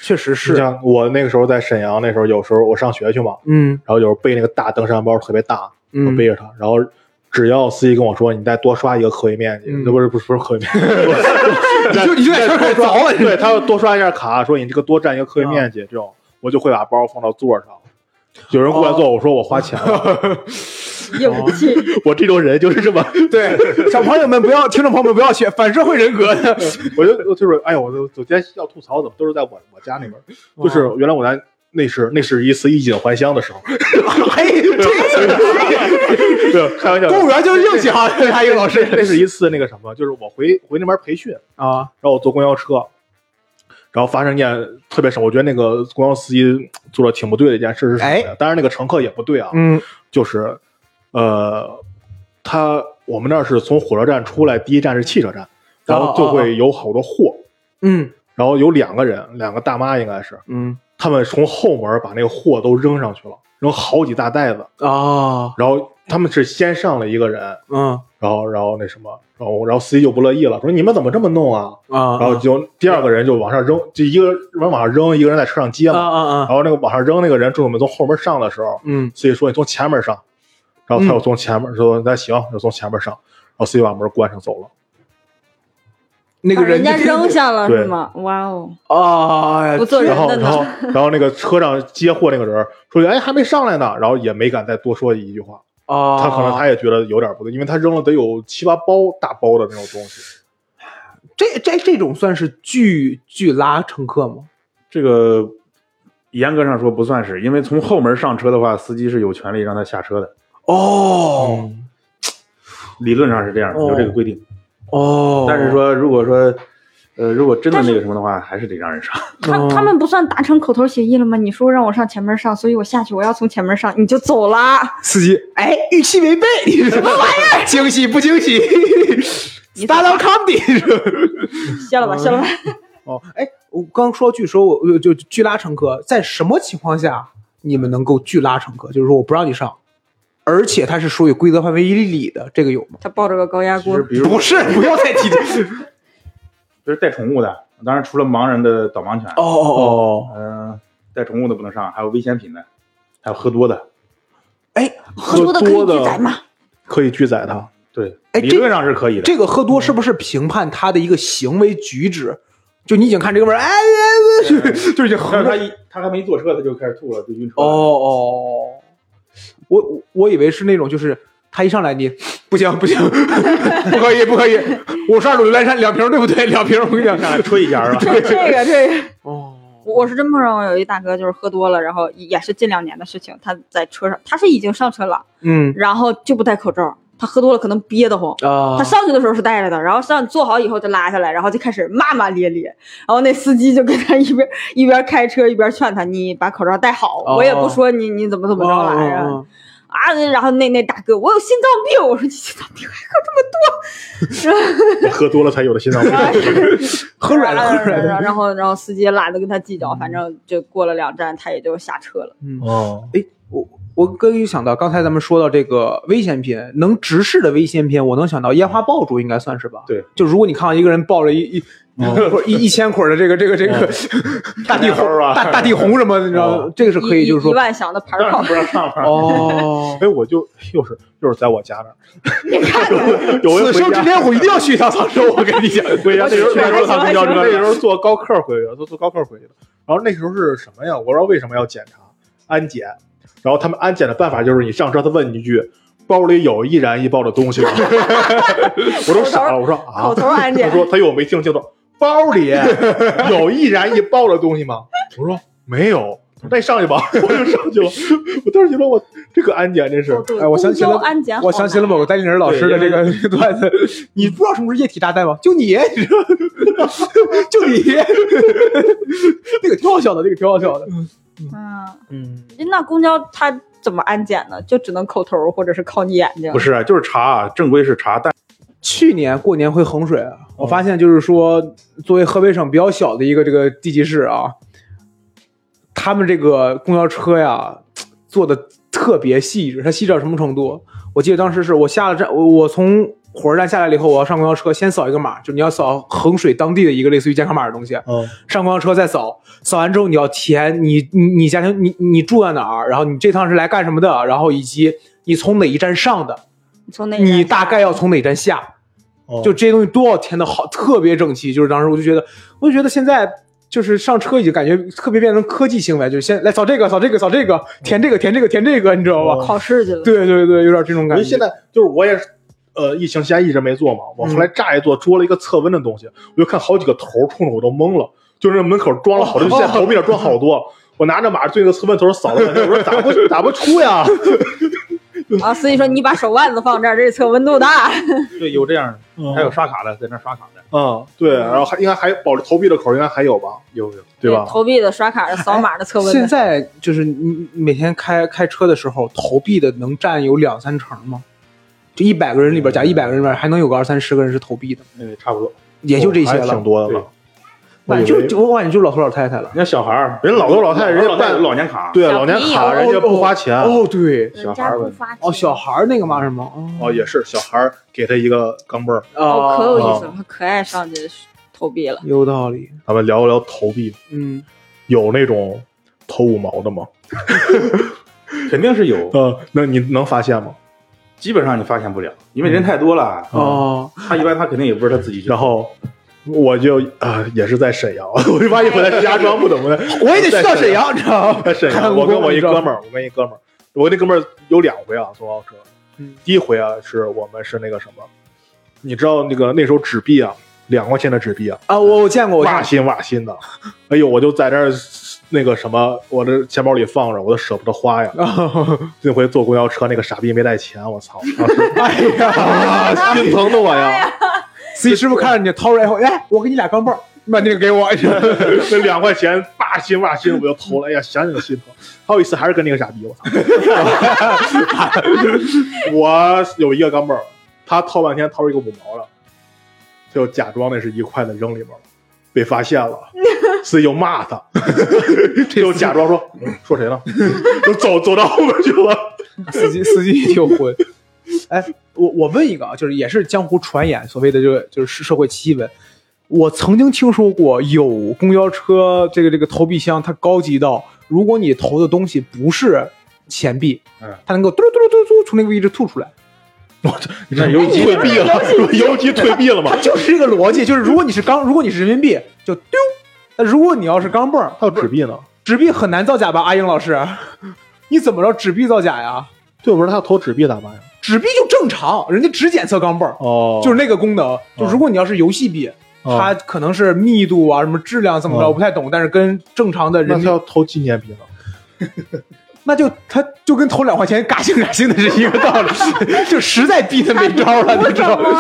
Speaker 2: 确实
Speaker 1: 是这
Speaker 2: 是，
Speaker 1: 样。我那个时候在沈阳，那时候有时候我上学去嘛，
Speaker 2: 嗯
Speaker 1: 然后有时候背那个大登山包特别大，我
Speaker 2: 嗯，
Speaker 1: 背着它，然后只要司机跟我说你再多刷一个客位面积，
Speaker 2: 嗯
Speaker 1: 那不是不是不是客位面积，
Speaker 2: 你就你就在车啊开凿了，啊
Speaker 1: 对他要多刷一下卡，说你这个多占一个客位面积，这种我就会把包放到座上。有人过
Speaker 2: 哦
Speaker 1: 来坐，我说我花钱了，
Speaker 3: 有武器，
Speaker 1: 我这种人就是这么，
Speaker 2: 对，小朋友们不要，听众朋友们不要学反社会人 格的，
Speaker 1: 我就我就是哎呦，我就我今天要吐槽，怎么都是在我我家那边，就是原来我在那是那是一次衣锦还乡的时候，
Speaker 2: 嘿，
Speaker 1: 对，开玩笑
Speaker 2: 这，公务员就是硬气哈，还一个老师
Speaker 1: 那是一次那个什么，就是我回回那边培训，
Speaker 2: 啊，
Speaker 1: 然后我坐公交车，然后发生一件特别少，我觉得那个公交司机做的挺不对的一件事是什么呀？当然那个乘客也不对啊，
Speaker 2: 嗯
Speaker 1: 就是呃，他我们那儿是从火车站出来，第一站是汽车站，然后就会有好多货，
Speaker 2: 嗯
Speaker 1: 然后有两个人，两个大妈应该是，
Speaker 2: 嗯
Speaker 1: 他们从后门把那个货都扔上去了，扔好几大袋子，
Speaker 2: 啊
Speaker 1: 然后他们是先上了一个人。
Speaker 2: 嗯
Speaker 1: 然后，然后那什么，然后，然后司机就不乐意了，说你们怎么这么弄啊？
Speaker 2: 啊，
Speaker 1: 然后就第二个人就往上扔，就一个人往上扔，一个人在车上接
Speaker 2: 啊
Speaker 1: 嘛。
Speaker 2: 啊啊，
Speaker 1: 然后那个往上扔那个人，正准备从后门上的时候，
Speaker 2: 嗯
Speaker 1: 司机说你从前面上，然后他又从前面说那行，就从前面上，然后司机把门关上走了。
Speaker 2: 那
Speaker 3: 把
Speaker 2: 个
Speaker 3: 人家扔下了
Speaker 1: 对
Speaker 3: 是吗？哇哦，
Speaker 2: 啊，哎呀
Speaker 3: 不做
Speaker 1: 然
Speaker 3: 人
Speaker 1: 后，
Speaker 3: 的
Speaker 1: 然后
Speaker 3: 呢。，
Speaker 1: 然后那个车上接货那个人说哎还没上来呢，然后也没敢再多说一句话。
Speaker 2: 啊，
Speaker 1: 他可能他也觉得有点不对，因为他扔了得有七八包大包的那种东西。
Speaker 2: 这这这种算是拒拒拉乘客吗？
Speaker 4: 这个严格上说不算是，因为从后门上车的话，司机是有权利让他下车的，
Speaker 2: 哦
Speaker 4: 理论上是这样的，
Speaker 2: 哦
Speaker 4: 有这个规定。
Speaker 2: 哦，
Speaker 4: 但是说如果说呃如果真的那个什么的话，还是得让人上。
Speaker 3: 他他们不算达成口头协议了吗？你说让我上前面上，所以我下去，我要从前面上，你就走 啦。
Speaker 2: 司机哎，预期违背，什么玩意儿？惊喜不惊喜？Stand up comedy 是吧？
Speaker 3: 歇了吧，歇了吧。
Speaker 2: 哦，哎，我刚说拒收，我呃就拒拉乘客，在什么情况下你们能够拒拉乘客？就是说我不让你上，而且它是属于规则范围以里的，这个有吗？
Speaker 3: 他抱着个高压
Speaker 4: 其
Speaker 3: 锅
Speaker 4: 实，比如
Speaker 2: 不是，不要再提这。
Speaker 4: 就是带宠物的，当然除了盲人的导盲犬，
Speaker 2: 哦哦哦，
Speaker 4: 嗯、带宠物的不能上，还有危险品的，还有喝多的。
Speaker 2: 哎，
Speaker 3: 喝多的可以
Speaker 1: 多的
Speaker 3: 拒载吗？
Speaker 1: 可以拒载他，
Speaker 4: 对，
Speaker 2: 哎
Speaker 4: 理
Speaker 2: 这
Speaker 4: 论上是可以的。
Speaker 2: 这个喝多是不是评判他的一个行为举止？就你已经看这哥们儿，哎哎，哎就就已经
Speaker 4: 但
Speaker 2: 横着
Speaker 4: 是他一他还没坐车，他就开始吐了，就晕车
Speaker 2: 哦
Speaker 4: 了。
Speaker 2: 哦，我我我以为是那种，就是他一上来你不行不行， 不可以不可以， 五十二度榴莲山两瓶儿对不对？两瓶儿我跟你讲
Speaker 4: 上来吹一下 是吧？
Speaker 3: 这这个这个，
Speaker 2: 哦，
Speaker 3: 我我是真碰上过有一大哥，就是喝多了，然后也是近两年的事情，他在车上，他是已经上车了，
Speaker 2: 嗯
Speaker 3: 然后就不戴口罩，他喝多了可能憋得慌。
Speaker 2: 啊
Speaker 3: 他上去的时候是戴着的，然后上坐好以后就拉下来，然后就开始骂骂咧咧，然后那司机就跟他一边一边开车一边劝他，你把口罩戴好，
Speaker 2: 哦
Speaker 3: 我也不说你你怎么怎么着来着。
Speaker 2: 哦
Speaker 3: 啊，那然后那那大哥，我有心脏病，我说你心脏 病
Speaker 1: 喝多了才有的心脏病。
Speaker 3: 还
Speaker 2: 哎喝软了喝软
Speaker 3: 然后
Speaker 2: 了，
Speaker 3: 然后然后司机懒得跟他计较，反正就过了两站，他也就下车了。
Speaker 2: 嗯，
Speaker 1: 哦，
Speaker 2: 哎，我我刚又想到，刚才咱们说到这个危险品，能直视的危险品，我能想到烟花爆竹，应该算是吧？
Speaker 4: 对，
Speaker 2: 就如果你看到一个人抱着一一、
Speaker 3: 哦
Speaker 2: 不是一一千捆儿的这个这个这个、 大地
Speaker 4: 猴
Speaker 2: 红
Speaker 4: 儿啊
Speaker 2: 大大地红什么的，你知道吗？这个是可以，
Speaker 3: 一
Speaker 2: 就是
Speaker 3: 哦一
Speaker 2: 说
Speaker 3: 一万响的牌
Speaker 4: 当然
Speaker 3: 炮
Speaker 4: 不，让上班。
Speaker 2: 哦，
Speaker 1: 哎，我就又是又是在我家那儿，
Speaker 3: 你看看，
Speaker 1: 有一
Speaker 2: 此
Speaker 1: 回
Speaker 2: 生之
Speaker 1: 家
Speaker 2: 年我一定要去一 趟沧州，我跟你讲。
Speaker 1: 回家那时候那时候
Speaker 3: 我
Speaker 1: 他
Speaker 3: 还
Speaker 1: 们
Speaker 3: 喜
Speaker 1: 叫
Speaker 3: 欢
Speaker 1: 那
Speaker 3: 吃
Speaker 1: 时候坐高客回去的，坐坐高客回去的。然后那时候是什么呀？我不知道为什么要检查安检，然后他们安检的办法就是你上车，他问你一句。包里有一燃一爆的东西吗？ 我都傻了，我说啊，
Speaker 3: 口头 安
Speaker 1: 他
Speaker 3: 检，
Speaker 1: 说他又没听清楚，包 里有易燃易爆的东西吗？我说没有。那你上去吧， 我就上去了。我当时觉得我这个安检真是，
Speaker 3: 对
Speaker 2: 哎我想起了
Speaker 3: 公交安检好
Speaker 2: 我想起了某个戴立人老师的这个段子，你不知道什么是液体炸弹吗？就你， 你知道吗 就你，那个挺好笑的，那个挺好笑的。
Speaker 3: 难
Speaker 2: 嗯，
Speaker 3: 嗯，那公交它怎么安检呢？就只能口头或者是靠你眼睛
Speaker 4: 不。是啊，就是查，正规是查，但
Speaker 2: 去年过年回衡水啊，我发现就是说，作为河北省比较小的一个这个地级市啊，他们这个公交车呀做的特别细致，它细致到什么程度？我记得当时是我下了站，我我从火车站下来了以后，我要上公交车，先扫一个码，就你要扫衡水当地的一个类似于健康码的东西，
Speaker 1: 嗯，
Speaker 2: 上公交车再扫，扫完之后你要填你你你家庭你你住在哪儿，然后你这趟是来干什么的，然后以及你从哪一站上的，
Speaker 3: 你从那一
Speaker 2: 你
Speaker 3: 站
Speaker 2: 大概要从哪站下。
Speaker 1: 哦
Speaker 2: 就这些东西都要填的好，特别整齐。就是当时我就觉得，我就觉得现在就是上车已经感觉特别变成科技行为，就是先来扫这个，扫这个，扫这个，填这个，填这个，填这个，你知道吧？
Speaker 1: 哦
Speaker 3: 考试去了，
Speaker 2: 对对对，有点这种
Speaker 1: 因
Speaker 2: 感
Speaker 1: 为
Speaker 2: 觉。
Speaker 1: 现在就是我也是，嗯呃，疫情期间一直没做嘛，我后来乍一做捉了一个测温的东西，我就看好几个头冲着我都懵了，就是门口装了好多，就现在投币上装好多， 我拿着码对那个测温头扫了 半天，我说咋不咋不出呀？
Speaker 3: 然啊后司机说你把手腕子放这儿，这是测温度的。
Speaker 4: 对有这样的，
Speaker 1: 嗯
Speaker 4: 还有刷卡的，在那刷卡的，
Speaker 1: 嗯，对，然后还应该还保着投币的口应该还有吧，
Speaker 4: 有有。
Speaker 1: 对吧？
Speaker 3: 投币的、刷卡的、扫码的、测温
Speaker 2: 现
Speaker 3: 的，
Speaker 2: 在就是你你每天开开车的时候，投币的能占有两三成吗？就一百个人里边，假一百个人里边，还能有个二三十个人是投币的，
Speaker 4: 嗯，差不多。
Speaker 2: 也就这些
Speaker 1: 哦还挺
Speaker 2: 了。
Speaker 1: 多的
Speaker 4: 对
Speaker 1: 了。
Speaker 2: 反正
Speaker 1: 我以为
Speaker 2: 就就我感觉就老头老太太了。
Speaker 4: 你看小孩儿，
Speaker 1: 人老头老太太人家办
Speaker 4: 老年卡，
Speaker 1: 对，啊
Speaker 3: 小
Speaker 1: 老年
Speaker 3: 朋
Speaker 1: 卡
Speaker 3: 友
Speaker 1: 人家不花钱啊
Speaker 2: 哦，对，
Speaker 4: 小孩儿吧
Speaker 3: 发
Speaker 2: 哦，小孩儿那个嘛什么？哦
Speaker 1: 哦，也是小孩儿给他一个钢镚儿。
Speaker 3: 哦，可有
Speaker 2: 啊
Speaker 3: 意思了，他可爱上去投币了。
Speaker 2: 有道理。
Speaker 1: 咱们聊一聊投币，
Speaker 2: 嗯，
Speaker 1: 有那种投五毛的吗？
Speaker 4: 肯定是有，
Speaker 1: 呃，那你能发现吗？
Speaker 4: 基本上你发现不了，因为人太多了。
Speaker 2: 哦，
Speaker 4: 他一般他肯定也不是他自己去
Speaker 1: 然后我就啊、也是在沈阳， 我就发现我在石家庄不怎么的，
Speaker 2: 我也得去到沈阳，你知道吗？
Speaker 1: 在沈阳，我跟我一哥们儿，我跟一哥们儿，我那哥们儿有两回啊坐豪车
Speaker 2: 嗯，
Speaker 1: 第一回啊是我们是那个什么，你知道那个那时候纸币啊，两块钱的纸币啊，
Speaker 2: 啊，我我见过，我见
Speaker 1: 哇
Speaker 2: 过
Speaker 1: 心哇心的，哎呦，我就在那儿那个什么，我的钱包里放着，我都舍不得花呀。
Speaker 2: 哦
Speaker 1: 那回坐公交车，那个傻逼没带钱，我操，当时
Speaker 2: 哎呀，
Speaker 1: 啊，心疼的我呀，
Speaker 2: 司机师傅看着你掏出来以后，哎，我给你俩钢镚儿，你把那个给我。
Speaker 1: 那两块钱哇心哇心，我就投了，哎呀，想想就心疼。还有一次还是跟那个傻逼，我操，我有一个钢镚儿，他掏半天掏出一个五毛了，他就假装那是一块的扔里边了，被发现了，司机就骂 他，就假装说、嗯说谁呢，就走走到后面去了。
Speaker 2: 司机司机也挺混。哎，我我问一个啊，就是也是江湖传言，所谓的这个就是社会奇闻。我曾经听说过有公交车这个这个投币箱，它高级到如果你投的东西不是钱币，
Speaker 4: 嗯，
Speaker 2: 它能够嘟噜嘟噜嘟噜嘟噜从那个位置吐出来。
Speaker 1: 那游击退避了，游击退避了嘛？
Speaker 2: 就是这个逻辑，就是如果你是钢，如果你是人民币就丢，那如果你要是钢镚儿，
Speaker 1: 还有纸币呢？
Speaker 2: 纸币很难造假吧？阿英老师，你怎么着纸币造假呀？
Speaker 1: 对，我说他投纸币咋办呀？
Speaker 2: 纸币就正常，人家只检测钢镚儿，
Speaker 1: 哦
Speaker 2: 就是那个功能。就如果你要是游戏币，
Speaker 1: 哦
Speaker 2: 它可能是密度啊、什么质量怎么着，
Speaker 1: 哦
Speaker 2: 我不太懂，但是跟正常的
Speaker 1: 那
Speaker 2: 人
Speaker 1: 他
Speaker 2: 民
Speaker 1: 要投纪念币呢？
Speaker 2: 那就它就跟投两块钱嘎兴嘎兴的是一个道理， 就实在逼他没招了，你知道吗？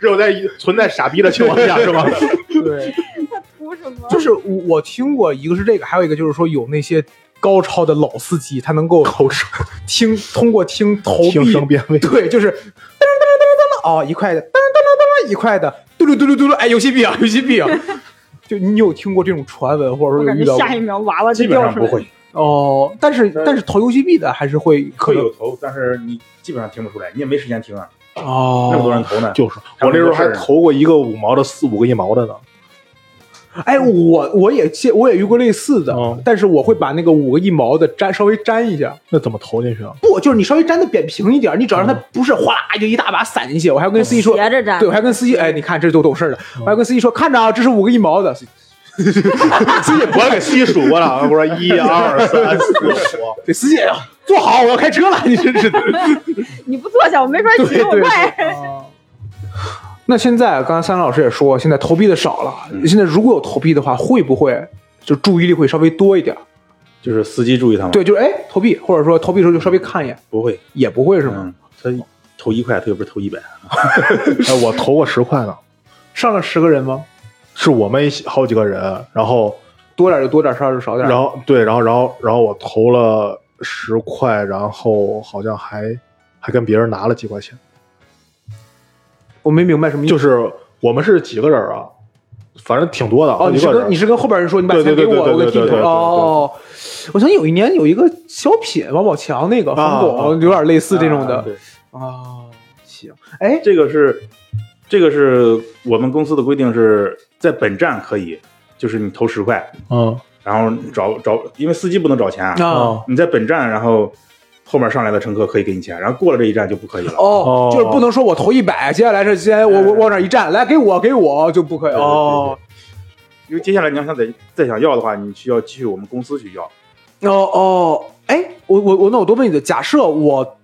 Speaker 1: 只有在存在傻逼的情况下是吧？
Speaker 2: 对。
Speaker 3: 图什么
Speaker 2: 就是我我听过一个是这个，还有一个就是说有那些高超的老司机，他能够 听通过听投币
Speaker 1: 听声辨位
Speaker 2: 对，就是噔噔噔噔噔噔哦一块的，噔噔噔噔噔一块的，嘟噜嘟噜嘟噜，哎游戏币 啊游戏币啊，就你有听过这种传闻，或者
Speaker 3: 我
Speaker 2: 说
Speaker 3: 感
Speaker 2: 有遇
Speaker 3: 觉
Speaker 2: 到过
Speaker 3: 下一秒娃娃就
Speaker 4: 基本
Speaker 3: 掉
Speaker 4: 上
Speaker 3: 出
Speaker 4: 不
Speaker 3: 来。
Speaker 4: 会，
Speaker 2: 哦，但是但是投游戏币的还是会可
Speaker 4: 会
Speaker 2: 能
Speaker 4: 有投，但是你基本上听不出来，你也没时间听啊，
Speaker 2: 哦，
Speaker 4: 那么多人投呢。
Speaker 1: 就是
Speaker 4: 还
Speaker 1: 我那
Speaker 4: 有
Speaker 1: 时候
Speaker 4: 很多事
Speaker 1: 还
Speaker 4: 儿呢
Speaker 1: 投过一个五毛的，四五个一毛的呢。
Speaker 2: 哎，我我也见我也遇过类似的，
Speaker 4: 哦
Speaker 1: 嗯
Speaker 2: 但是我会把那个五个一毛的粘稍微粘一下，
Speaker 1: 那怎么投进去啊？
Speaker 2: 不就是你稍微粘的扁平一点，你只要让它不是哗啦就一大把散进去，我还要跟司机说，
Speaker 3: 斜着粘
Speaker 2: 对，我还跟司机哎，你看这都懂事儿了，我还跟司机说，看着啊，这是五个一毛的，司机
Speaker 1: 自己不要给自己数过了，我说一二三四五。
Speaker 2: 对，司机哎呀坐好，我要开车了， 你这是。
Speaker 3: 你不坐下，我没法
Speaker 2: 对
Speaker 3: 骑，
Speaker 2: 对
Speaker 3: 我
Speaker 2: 对
Speaker 3: 快。
Speaker 2: 那现在刚才三老师也说，现在投币的少了，现在如果有投币的话，会不会就注意力会稍微多一点？
Speaker 4: 就是司机注意他们，
Speaker 2: 对，就是哎投币，或者说投币的时候就稍微看一眼，
Speaker 4: 不会，
Speaker 2: 也不会是吗？
Speaker 4: 嗯，他投一块，他又不是投一百，
Speaker 1: 哎，我投过十块呢，
Speaker 2: 上了十个人吗？
Speaker 1: 是我们一起好几个人，然后
Speaker 2: 多点就多点，少点就少点。
Speaker 1: 然后对，然后然后然后我投了十块，然后好像还还跟别人拿了几块钱。
Speaker 2: 我没明白什么意思。
Speaker 1: 就是我们是几个人啊？反正挺多的，
Speaker 2: 哦，
Speaker 1: 好
Speaker 2: 你
Speaker 1: 几
Speaker 2: 是
Speaker 1: 个
Speaker 2: 跟
Speaker 1: 人。
Speaker 2: 你是跟后边人说你把钱
Speaker 1: 对
Speaker 2: 给
Speaker 1: 对
Speaker 2: 我，
Speaker 1: 对对
Speaker 2: 我给
Speaker 1: 对
Speaker 2: 替你
Speaker 1: 对对对
Speaker 2: 哦。我想有一年有一个小品，王宝强那个冯
Speaker 1: 啊
Speaker 2: 巩、
Speaker 1: 啊啊
Speaker 2: 有点类似这种的
Speaker 4: 啊对
Speaker 2: 啊行，哎，
Speaker 4: 这个是，这个是我们公司的规定是在本站可以，就是你投十块，
Speaker 1: 嗯，
Speaker 4: 然后找找，因为司机不能找钱啊，
Speaker 2: 啊
Speaker 4: 你在本站，然后后面上来的乘客可以给你钱，然后过了这一站就不可以了。
Speaker 2: 哦
Speaker 1: 哦，哎
Speaker 2: 就是不能说我投一百，接下来是先我我往这儿一站，来给我给我就不可以
Speaker 4: 对对对
Speaker 2: 哦
Speaker 4: 因为接下来你要想再再想要的话，你需要去我们公司去要。
Speaker 2: 哦哦，哎，我我我那我多问一个，假设我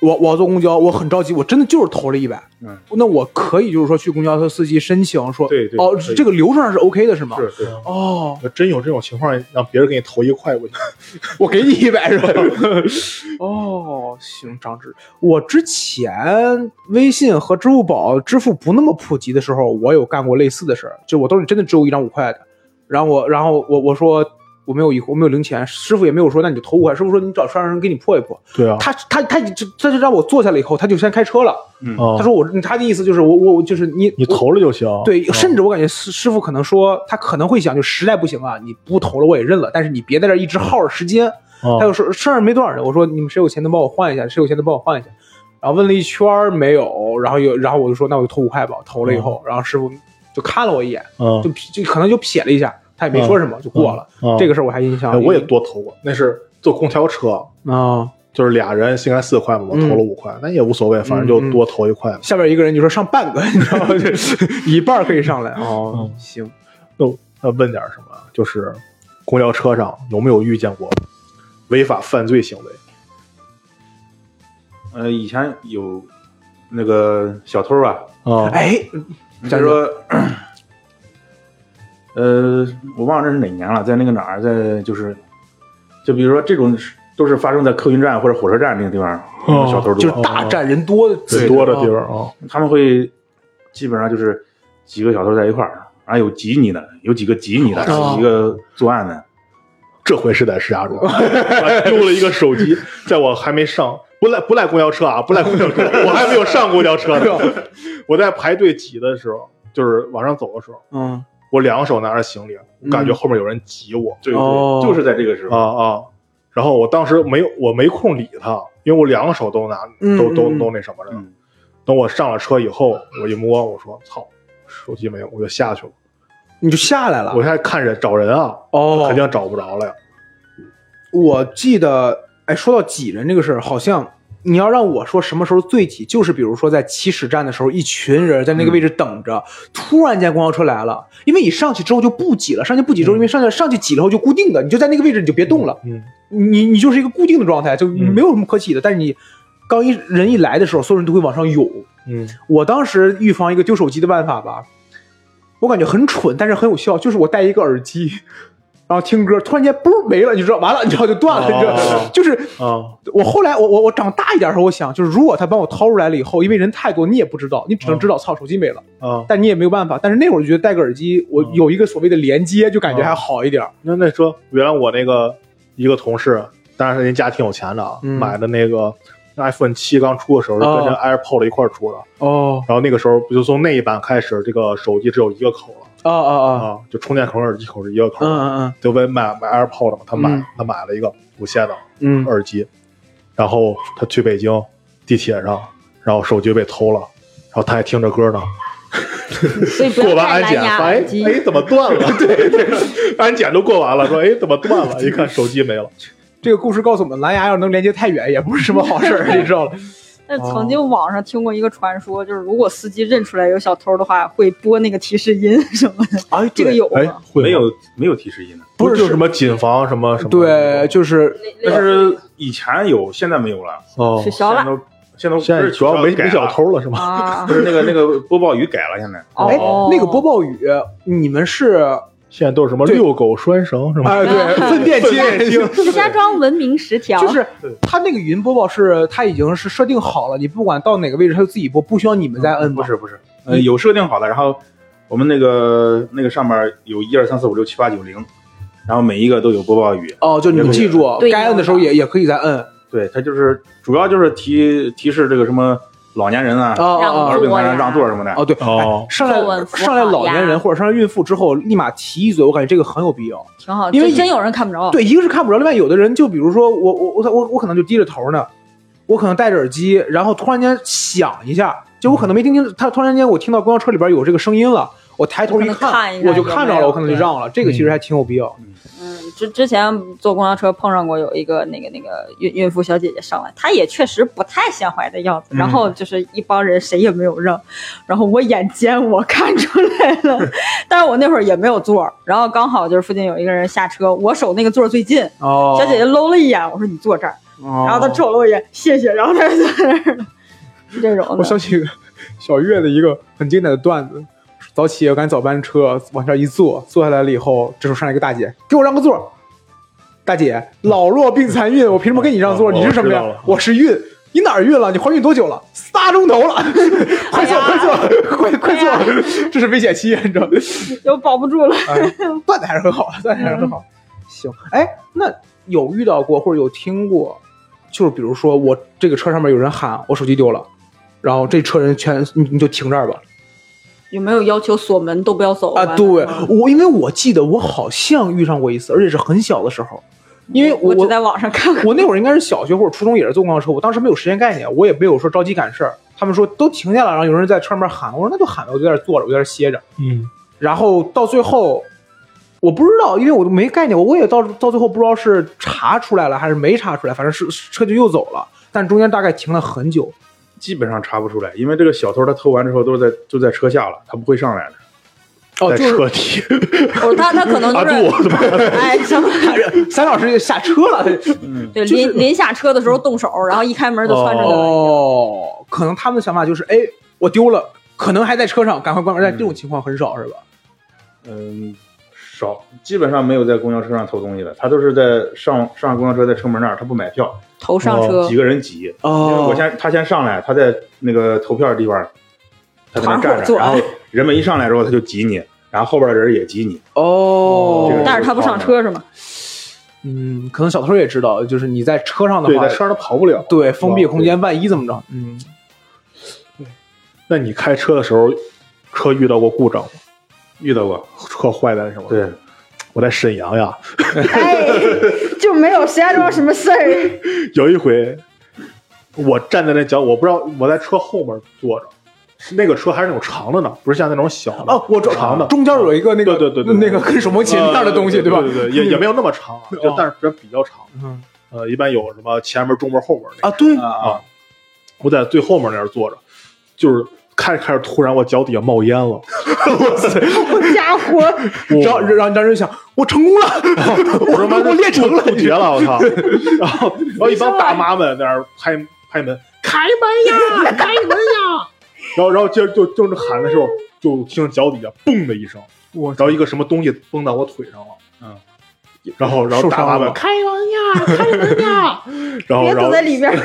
Speaker 2: 我我要坐公交，我很着急，我真的就是投了一百，
Speaker 4: 嗯，
Speaker 2: 那我可以就是说去公交车司机申请说，
Speaker 4: 对对
Speaker 2: 哦
Speaker 4: 可，以
Speaker 2: 这个流程上是 OK 的是吗？
Speaker 4: 是对，
Speaker 2: 哦，
Speaker 1: 真有这种情况，让别人给你投一块，我就
Speaker 2: 我给你一 百是吧？哦，行，张志，我之前微信和支付宝支付不那么普及的时候，我有干过类似的事儿，就我兜里真的只有一张五块的，然后我，然后我我说我没有一我没有零钱，师傅也没有说那你就投五块，师傅说你找山上人给你破一破，
Speaker 1: 对啊，
Speaker 2: 他他他就他就让我坐下了以后，他就先开车了，
Speaker 4: 嗯，
Speaker 1: 啊
Speaker 2: 他说我他的意思就是我我我就是你
Speaker 1: 你投了就行。
Speaker 2: 对，
Speaker 1: 嗯
Speaker 2: 甚至我感觉师师傅可能说，他可能会想，就实在不行啊，你不投了我也认了，但是你别在这儿一直耗着时间。
Speaker 1: 嗯
Speaker 2: 他就说身上没多少人，我说你们谁有钱能帮我换一下？谁有钱能帮我换一下？然后问了一圈儿没有，然后有，然后我就说那我就投五块吧。投了以
Speaker 1: 哦
Speaker 2: 后，然后师傅就看了我一眼，
Speaker 1: 嗯
Speaker 2: 就瞥就可能就瞥了一下，他也没说什么，就过了。
Speaker 1: 嗯嗯
Speaker 2: 这个事儿我啊还印
Speaker 1: 哎
Speaker 2: 象，
Speaker 1: 我也多投过，那是坐公交车，
Speaker 2: 啊。
Speaker 1: 就是俩人应该四块嘛，我投了
Speaker 2: 嗯
Speaker 1: 五块，那也无所谓，反正就多投一块嘛。
Speaker 2: 下边一个人就说上半个， 你知道吗？就一半儿可以上来哦，
Speaker 1: 嗯
Speaker 2: 行，
Speaker 1: 那我那问点什么啊？就是公交车上有没有遇见过违法犯罪行为？
Speaker 4: 呃，以前有那个小偷啊，
Speaker 1: 啊
Speaker 2: 哎，
Speaker 4: 比
Speaker 2: 讲
Speaker 4: 如说，呃，我忘了这是哪年了，在那个哪儿，在就是，就比如说这种是都是发生在客运站或者火车站这个地方，
Speaker 1: 哦
Speaker 4: 小偷
Speaker 2: 就
Speaker 4: 多，
Speaker 2: 是大站人多的嗯哦
Speaker 1: 最多的地方啊，
Speaker 4: 他们会基本上就是几个小偷在一块儿，然后有挤你的，有几个挤你的，
Speaker 2: 哦
Speaker 4: 有几个作案的，
Speaker 1: 这回是在石家庄，我丢了一个手机，在我还没上，不赖不赖公交车啊，不赖公交车，我还没有上公交车呢。 我在排队挤的时候，就是往上走的时候，
Speaker 2: 嗯，
Speaker 1: 我两个手拿着行李，我感觉后面有人挤我，
Speaker 4: 对
Speaker 2: 哦
Speaker 4: 就是在这个时候，
Speaker 1: 啊啊！然后我当时没有，我没空理他，因为我两个手都拿，
Speaker 2: 嗯
Speaker 1: 都都
Speaker 2: 嗯
Speaker 1: 都那什么着。
Speaker 4: 嗯，
Speaker 1: 等我上了车以后，我一摸，我说操，手机没有，我就下去了。
Speaker 2: 你就下来了
Speaker 1: 我。现在看人找人啊，
Speaker 2: 哦
Speaker 1: 肯，定找不着了呀。
Speaker 2: 我记得，哎，说到挤人这个事儿，好像你要让我说什么时候最挤，就是比如说在起始站的时候，一群人在那个位置等着，突然间公交车来了，因为你上去之后就不挤了，上去不挤之后，因为上去上去挤了后就固定的，你就在那个位置你就别动了，
Speaker 1: 嗯，
Speaker 2: 你你就是一个固定的状态，就没有什么可挤的。但是你刚一人一来的时候，所有人都会往上涌，
Speaker 1: 嗯
Speaker 2: 我当时预防一个丢手机的办法吧，我感觉很蠢，但是很有效，就是我戴一个耳机， 然后听歌，突然间嘣没了，你知道，完了，你知道就断了，你知道，
Speaker 1: 哦
Speaker 2: 就是。
Speaker 1: 啊，
Speaker 2: 我后来，我我我长大一点的时候，我想，就是如果他帮我掏出来了以后，因为人太多，你也不知道，你只能知道，操，手机没了，
Speaker 1: 啊，
Speaker 2: 但你也没有办法。但是那会儿就觉得戴个耳机，我有一个所谓的连接，就感觉还好一点。
Speaker 1: 那那说，原来我那个一个同事，当然是人家挺有钱的啊，
Speaker 2: 嗯
Speaker 1: 买的那个 iPhone 七刚出的时候，是
Speaker 2: 哦
Speaker 1: 跟着 AirPod 一块儿出的。
Speaker 2: 哦
Speaker 1: 然后那个时候不就从那一版开始，这个手机只有一个口了，
Speaker 2: 啊啊啊，
Speaker 1: 啊，就充电口、耳机口是一个口，
Speaker 2: 嗯嗯
Speaker 1: 就为买买 AirPod 嘛，他买、
Speaker 2: 嗯
Speaker 1: 他买了一个无线的
Speaker 2: 嗯嗯，
Speaker 1: 耳机，然后他去北京地铁上，然后手机被偷了，然后他还听着歌呢，
Speaker 5: 所以不
Speaker 1: 过
Speaker 5: 要戴
Speaker 1: 完安
Speaker 5: 蓝
Speaker 1: 检
Speaker 5: 牙
Speaker 1: 发
Speaker 5: 耳
Speaker 1: 现
Speaker 5: 机
Speaker 1: 哎。哎怎么断了？ 对对，安检都过完了，说哎怎么断了？一看手机没了，
Speaker 2: 这个故事告诉我们，蓝牙要能连接太远也不是什么好事 儿，你知道了？
Speaker 3: 那曾经网上听过一个传说，就是如果司机认出来有小偷的话，会播那个提示音什么的。
Speaker 2: 哎，
Speaker 3: 这个有
Speaker 1: 哎
Speaker 3: 吗？
Speaker 1: 会吗
Speaker 4: 没有没有提示音的，
Speaker 1: 不
Speaker 2: 不
Speaker 1: 是
Speaker 2: 是
Speaker 1: 就什么谨防什么什么
Speaker 2: 对，就是
Speaker 4: 但是以前有，现在没有了，
Speaker 1: 哦
Speaker 3: 取，消
Speaker 4: 现在
Speaker 3: 了
Speaker 4: 都现在都
Speaker 1: 现在
Speaker 4: 不是
Speaker 1: 主要没没
Speaker 4: 改了
Speaker 1: 小，偷了是吗？
Speaker 3: 啊
Speaker 4: 不！是那个那个播报语改 了，现在
Speaker 2: 哎
Speaker 3: 哦，
Speaker 2: 那个播报语，你们 是
Speaker 1: 现在都是什么
Speaker 2: 对
Speaker 1: 遛狗拴绳什么？
Speaker 2: 哎 对粪便接人性，
Speaker 3: 石家庄文明十条，
Speaker 2: 就是它那个语音播报是它已经是设定好了，你不管到哪个位置，它就自己播，不需要你们再摁
Speaker 4: 不
Speaker 2: 吗？嗯
Speaker 4: 是不是，呃，有设定好的，然后我们那个那个上面有一二三四五六七八九零，然后每一个都有播报语，
Speaker 2: 哦，就你记住
Speaker 5: 对，
Speaker 2: 该摁的时候也也可以再摁。
Speaker 4: 对，它就是主要就是提提示这个什么老年人啊、
Speaker 2: 哦
Speaker 5: 让
Speaker 4: 儿
Speaker 2: 哦
Speaker 5: 路
Speaker 4: 病患
Speaker 5: 啊
Speaker 4: 啊让座什么的，
Speaker 2: 哦，对，
Speaker 1: 哦
Speaker 2: 哎上
Speaker 5: 皱纹
Speaker 2: 来
Speaker 5: 符号
Speaker 2: 上来老
Speaker 5: 呀
Speaker 2: 年人或者上来孕妇之后，立马提一嘴，我感觉这个很有必要。
Speaker 3: 挺好，
Speaker 2: 因为
Speaker 3: 真真有人看不着。
Speaker 2: 对，一个是看不着，另外有的人就比如说我我我我我可能就低着头呢，我可能戴着耳机，然后突然间响一下，就我可能没听清，他突然间我听到公交车里边有这个声音了，我抬头一
Speaker 3: 我可能看一下
Speaker 2: 我就看着
Speaker 3: 有没
Speaker 2: 了，
Speaker 3: 有
Speaker 2: 我可能就让了，这个其实还挺有必要。
Speaker 3: 嗯，之之前坐公交车碰上过有一个那个那个孕孕妇小姐姐上来，她也确实不太显怀的样子，
Speaker 2: 嗯
Speaker 3: 然后就是一帮人谁也没有让，然后我眼尖我看出来 了，但是我那会儿也没有座儿，然后刚好就是附近有一个人下车，我手那个座儿最近，
Speaker 2: 哦，
Speaker 3: 小姐姐搂了一眼，我说你坐这儿，然后她瞅了我一眼，谢谢，然后她就在那儿了，是这种
Speaker 2: 我
Speaker 3: 的。
Speaker 2: 想起小月的一个很经典的段子：早起赶早班车，往这儿一坐，坐下来了以后，这时候上来一个大姐，给我让个座儿。大姐，老弱病残孕，我凭什么给你让座？
Speaker 1: 哦
Speaker 2: 你是什么呀
Speaker 1: 我知道了？
Speaker 2: 我是孕，你哪儿孕了？你怀孕多久了？仨钟头了， 快坐，快坐， 快快坐，这是危险期，你知道吗？
Speaker 3: 就保不住了。
Speaker 2: 哎，段子还是很好，段子还是很好。行，哎，那有遇到过或者有听过，就是比如说我这个车上面有人喊我手机丢了，然后这车人全你你就停这儿吧。
Speaker 3: 有没有要求锁门都不要走
Speaker 2: 啊，对我，因为我记得我好像遇上过一次，而且是很小的时候，因为我
Speaker 3: 我只在网上看过。
Speaker 2: 我那会儿应该是小学或者初中，也是坐公交车。我当时没有时间概念，我也没有说着急赶事儿。他们说都停下了，然后有人在车上面喊，我说那就喊呗，我就在这儿坐着，我就在这儿歇着。
Speaker 1: 嗯，
Speaker 2: 然后到最后，我不知道，因为我都没概念，我也到到最后不知道是查出来了还是没查出来，反正是是车就又走了。但中间大概停了很久。
Speaker 4: 基本上查不出来，因为这个小偷他偷完之后都是在就在车下了，他不会上来的。
Speaker 2: 哦，
Speaker 1: 在
Speaker 2: 就是
Speaker 1: 车底
Speaker 5: 哦，他他可能
Speaker 1: 阿
Speaker 2: 啊
Speaker 5: 就
Speaker 1: 杜
Speaker 5: 是，
Speaker 1: 我的妈呀！
Speaker 5: 哎，什么？
Speaker 2: 三老师就下车了。
Speaker 3: 对，
Speaker 2: 就是
Speaker 3: 临临下车的时候动手，然后一开门就窜出来了。
Speaker 2: 哦，可能他们的想法就是，哎，我丢了，可能还在车上，赶快关门。但这种情况很少，是吧？
Speaker 4: 嗯，少，基本上没有在公交车上偷东西的，他都是在上上公交车在车门那儿，他不买票，
Speaker 3: 头上车
Speaker 4: 几，个人挤，因为
Speaker 2: 哦
Speaker 4: 我先他先上来，他在那个投票的地方，他在
Speaker 3: 团
Speaker 4: 那
Speaker 3: 伙
Speaker 4: 站着，
Speaker 3: 作
Speaker 4: 然
Speaker 3: 案
Speaker 4: 后人们一上来之后他就挤你，然后后边的人也挤你，
Speaker 2: 哦
Speaker 4: 这个
Speaker 3: 但是他不上车是吗？
Speaker 2: 嗯，可能小偷也知道，就是你在车上的
Speaker 1: 对，
Speaker 2: 话
Speaker 1: 在，车上他跑不了。
Speaker 2: 对封闭空间，万一怎么着？嗯，
Speaker 1: 那你开车的时候，车遇到过故障吗？
Speaker 4: 遇到过，
Speaker 1: 车坏在什么？，
Speaker 4: 对，
Speaker 1: 我在沈阳呀，
Speaker 3: 哎，就没有石家庄什么事儿。
Speaker 1: 有一回，我站在那角，我不知道我在车后面坐着，那个车还是那种长的呢，不是像那种小的
Speaker 2: 哦，我知道
Speaker 1: 长的，
Speaker 2: 中间有一个那个
Speaker 1: 对对对对
Speaker 2: 那个跟手风琴那样的东西，
Speaker 1: 呃对
Speaker 2: 吧？
Speaker 1: 对对，也也没有那么长啊，就但是比较比较长。
Speaker 2: 嗯
Speaker 1: 呃，一般有什么前门、中门、后门那个
Speaker 2: 啊，对，
Speaker 4: 啊
Speaker 1: 我在最后面那儿坐着，就是开着开着，突然我脚底下冒烟了，哇塞！
Speaker 3: 好家伙，
Speaker 2: 然后然后当时想，我成功了，
Speaker 1: 我说妈，
Speaker 2: 我练成了
Speaker 1: 冻结了，我 操！然后然后一帮大妈们在那儿拍拍门， 开门呀，开门呀！然后然后接着就就是喊的时候，就听脚底下嘣的一声，
Speaker 2: 我
Speaker 1: 然后一个什么东西崩到我腿上了，
Speaker 4: 嗯，
Speaker 1: 然后然后
Speaker 2: 受伤
Speaker 1: 大妈
Speaker 2: 了
Speaker 1: 们
Speaker 2: 吗
Speaker 1: 开 门呀，开门呀！然后
Speaker 3: 别
Speaker 1: 然
Speaker 3: 躲
Speaker 1: 后
Speaker 3: 在里边儿。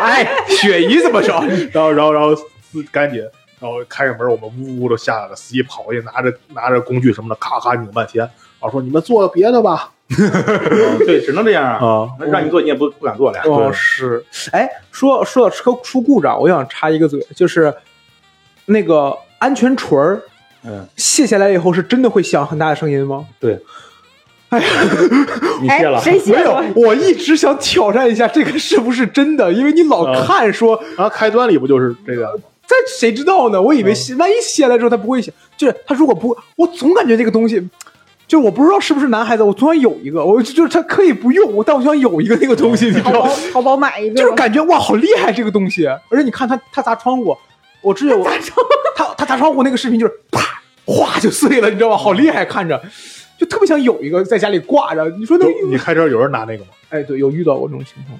Speaker 2: 哎，雪姨怎么 着？
Speaker 1: 然后然后然后司赶紧。然后开个门，我们呜呜都下来了。司机跑过去，拿着拿着工具什么的，咔咔拧半天。然后说：“你们做别的吧。
Speaker 4: 嗯对，只能这样啊，
Speaker 1: 啊
Speaker 4: 那让你做你也不不敢做了呀，
Speaker 2: 哦，是。哎，说说啊到车出故障，我想插一个嘴，就是那个安全锤儿
Speaker 4: 嗯，
Speaker 2: 卸下来以后是真的会响很大的声音吗？
Speaker 4: 对。哎呀，你
Speaker 3: 哎
Speaker 4: 谢了，，
Speaker 3: 谁 谢
Speaker 2: 没有
Speaker 3: 了？，
Speaker 2: 我一直想挑战一下这个是不是真的，因为你老
Speaker 1: 啊
Speaker 2: 看说，
Speaker 1: 然后开端里不就是这
Speaker 2: 哎
Speaker 1: 个？
Speaker 2: 但谁知道呢？我以为卸万一卸下来之后他不会响，就是他如果不，我总感觉这个东西，就是我不知道是不是男孩子，我总想有一个，我就就是他可以不用，我但我想有一个那个东西，你知
Speaker 3: 淘
Speaker 2: 道
Speaker 3: 宝
Speaker 2: 吗？
Speaker 3: 淘宝买一个吧，
Speaker 2: 就是感觉哇，好厉害这个东西，而且你看他他砸窗户，我之前我他他砸窗户那个视频就是啪哗就碎了，你知道吗？好厉害，看着就特别想有一个在家里挂着，你说能
Speaker 1: 都
Speaker 2: 遇
Speaker 1: 你开车有人拿那个吗？
Speaker 2: 哎对，有遇到过这种情况。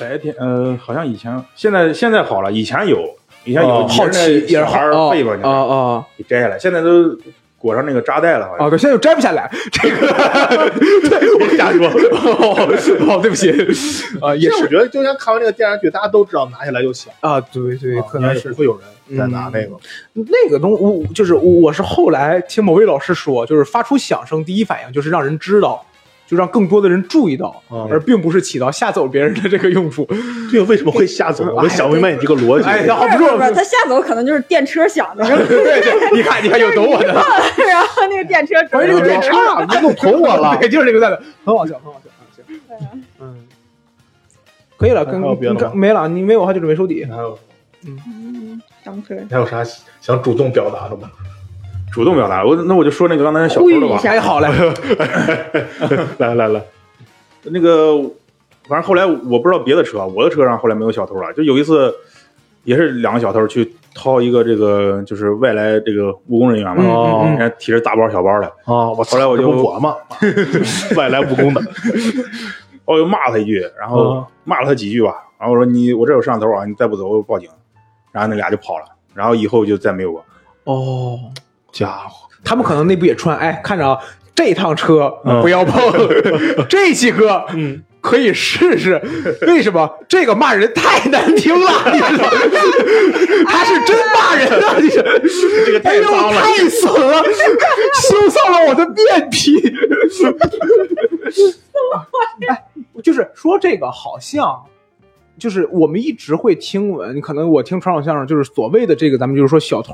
Speaker 4: 白天，呃，好像以前，现在现在好了，以前有，以前有，
Speaker 1: 哦
Speaker 4: 以前那小孩儿背过去
Speaker 2: 啊，啊
Speaker 4: 给摘下来，现在都裹上那个扎带了，好
Speaker 2: 啊！
Speaker 4: 像。
Speaker 2: 对，现在又摘不下来，这个对我瞎说， 哦，对不起，啊，也
Speaker 1: 其实我
Speaker 2: 是
Speaker 1: 觉得就像看完这个电视剧，大家都知道拿起来就响，
Speaker 2: 啊，对对，可能
Speaker 1: 应该
Speaker 2: 是
Speaker 1: 不会有人再拿那个。
Speaker 2: 那个东，我就是我是后来听某位老师说，就是发出响声，第一反应就是让人知道，就让更多的人注意到，
Speaker 1: 嗯
Speaker 2: 而并不是起到吓走别人的这个用处。
Speaker 1: 这个嗯为什么会吓走 我？我想不明白你这个逻辑。
Speaker 2: 哎呀，
Speaker 3: 不
Speaker 2: 不
Speaker 3: 是
Speaker 2: 住
Speaker 3: 不是，他吓走可能就是电车响的，
Speaker 2: 对对，你看你看有懂我的，
Speaker 3: 然后那个电车
Speaker 2: 反
Speaker 3: 转
Speaker 2: 正这
Speaker 3: 了
Speaker 2: 个电叉， 你弄捅我
Speaker 1: 了
Speaker 2: 对，就是这个段子，很好笑，很好笑，很好笑。嗯，可以了，跟
Speaker 1: 还有别的吗
Speaker 2: 跟没了，你没有的话就准备收底。
Speaker 1: 还有
Speaker 3: 张科
Speaker 1: 还有啥想主动表达的吗？
Speaker 4: 主动表达，我那我就说那个刚才那小偷
Speaker 2: 呼吁
Speaker 4: 的
Speaker 2: 一
Speaker 4: 吧，
Speaker 2: 下也好嘞。
Speaker 1: 来来来，
Speaker 4: 那个，反正后来我不知道别的车，我的车上后来没有小偷了。就有一次，也是两个小偷去掏一个这个就是外来这个务工人员嘛，
Speaker 2: 嗯
Speaker 1: 嗯嗯
Speaker 4: 人家提着大包小包来，
Speaker 1: 啊，我
Speaker 4: 后来我就
Speaker 1: 这不 我嘛，外来务工 的，
Speaker 4: 哦我就骂他一句，然后
Speaker 1: 嗯
Speaker 4: 骂了他几句吧，然后我说你我这有摄像头啊，你再不走我报警。然后那俩就跑了，然后以后就再没有过。
Speaker 2: 哦，
Speaker 1: 家伙，
Speaker 2: 他们可能内部也穿，哎，看着啊，这趟车
Speaker 1: 嗯
Speaker 2: 不要碰， 这几个嗯。可以试试，为什么这个骂人太难听了？你知道吗， 他是真骂人啊！你这
Speaker 1: 这个
Speaker 2: 哎
Speaker 1: 太
Speaker 2: 呦，
Speaker 1: 脏了，
Speaker 2: 太损了，羞臊了我的面皮。哎，就是说这个好像。就是我们一直会听闻，可能我听传统相声，就是所谓的这个，咱们就是说小偷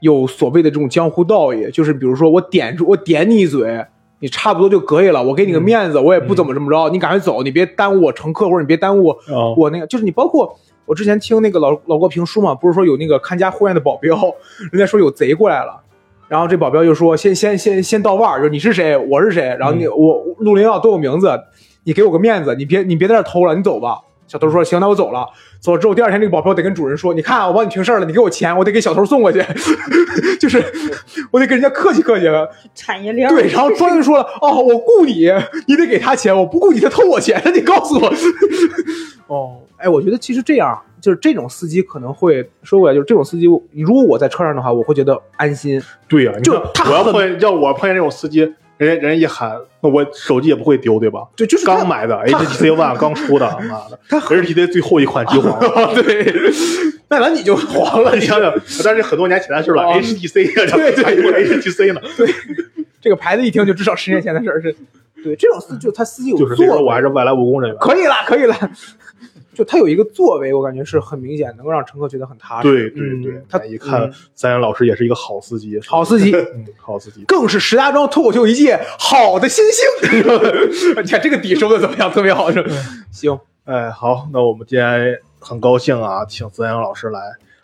Speaker 2: 有所谓的这种江湖道义，就是比如说我点住我点你一嘴，你差不多就可以了，我给你个面子，我也不怎么这么着，你赶快走，你别耽误我乘客或者你别耽误
Speaker 1: 哦
Speaker 2: 我那个就是你，包括我之前听那个老老郭评书嘛，不是说有那个看家护院的保镖， 人家说有贼过来了，然后这保镖就说先先先先到腕儿，就是你是谁，我是谁，然后你、我陆林耀都有名字，你给我个面子，你别你别在这儿偷了，你走吧。小偷说：“行，那我走了。走了之后，第二天这个保镖得跟主人说：‘你看啊，我帮你平事儿了，你给我钱，我得给小偷送过去， 就是我得跟人家客气客气。’
Speaker 3: 产业链儿
Speaker 2: 对， 然后庄就说了：“哦，我雇你，你得给他钱，我不雇你，他偷我钱，你告诉我。”哦， 哎，我觉得其实这样，就是这种司机可能会说过来，就是这种司机，如果我在车上的话，我会觉得安心。
Speaker 1: 对呀，你
Speaker 2: 就
Speaker 1: 看
Speaker 2: 他
Speaker 1: 我要
Speaker 2: 很
Speaker 1: 碰要我碰见这种司机，人家人家一喊，那我手机也不会丢，对吧？
Speaker 2: 对，就是他
Speaker 1: 刚买的 HTC One 刚出的，妈的
Speaker 2: 他
Speaker 1: ，HTC 最后一款金黄了。
Speaker 2: 对，那咱你就 黄了，
Speaker 1: 你
Speaker 2: 你
Speaker 1: 想想，但是很多年前的事了
Speaker 2: 哦
Speaker 1: ，HTC 呀，
Speaker 2: 对对
Speaker 1: 还用 HTC 呢，
Speaker 2: 这个牌子一听就至少十年前的事儿是。对，这种司就他司机有
Speaker 1: 就是那时
Speaker 2: 作
Speaker 1: 候
Speaker 2: 为
Speaker 1: 我还是外来务工人员。
Speaker 2: 可以了，可以了。就他有一个作为，我感觉是很明显，能够让乘客觉得很踏实。
Speaker 1: 对对对
Speaker 2: 嗯，他
Speaker 1: 咱一看
Speaker 2: 嗯，
Speaker 1: 三人老师也是一个好司机，
Speaker 2: 好司机，
Speaker 1: 嗯，好司机。
Speaker 2: 更是石家庄脱口秀一届好的新星。 你看这个底收的怎么样？特别好，是吧行，
Speaker 1: 哎，好，那我们今天很高兴啊，请资阳老师来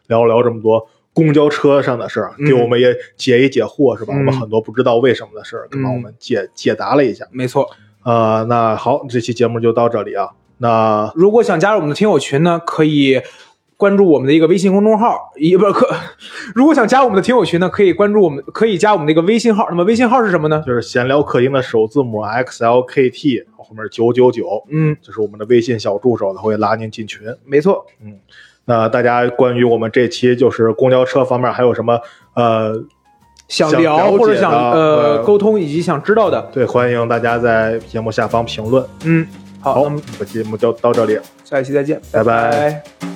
Speaker 1: 聊聊这么多公交车上的事儿，啊
Speaker 2: 嗯
Speaker 1: 给我们也解一解惑，是吧？
Speaker 2: 嗯
Speaker 1: 我们很多不知道为什么的事儿，帮我们解解答了一下。
Speaker 2: 没错。
Speaker 1: 呃，那好，这期节目就到这里啊。那
Speaker 2: 如果想加入我们的听友群呢，可以。关注我们的一个微信公众号，也不是可。 如果想加我们的听友群呢，可以关注我们，可以加我们的一个微信号。那么微信号是什么呢？
Speaker 1: 就是闲聊客厅的首字母 XLKT 后面九九九，
Speaker 2: 嗯，
Speaker 1: 这是我们的微信小助手，他会拉您进群。
Speaker 2: 没错，
Speaker 1: 那大家关于我们这期就是公交车方面还有什么呃，
Speaker 2: 想
Speaker 1: 想了
Speaker 2: 聊
Speaker 1: 解
Speaker 2: 或者想
Speaker 1: 的
Speaker 2: 呃
Speaker 1: 呃
Speaker 2: 沟通以及想知道的，
Speaker 1: 对，欢迎大家在节目下方评论。
Speaker 2: 嗯，好，
Speaker 1: 好，
Speaker 2: 那么
Speaker 1: 本期节目就到这里，
Speaker 2: 下一期再见，
Speaker 1: 拜拜
Speaker 2: 拜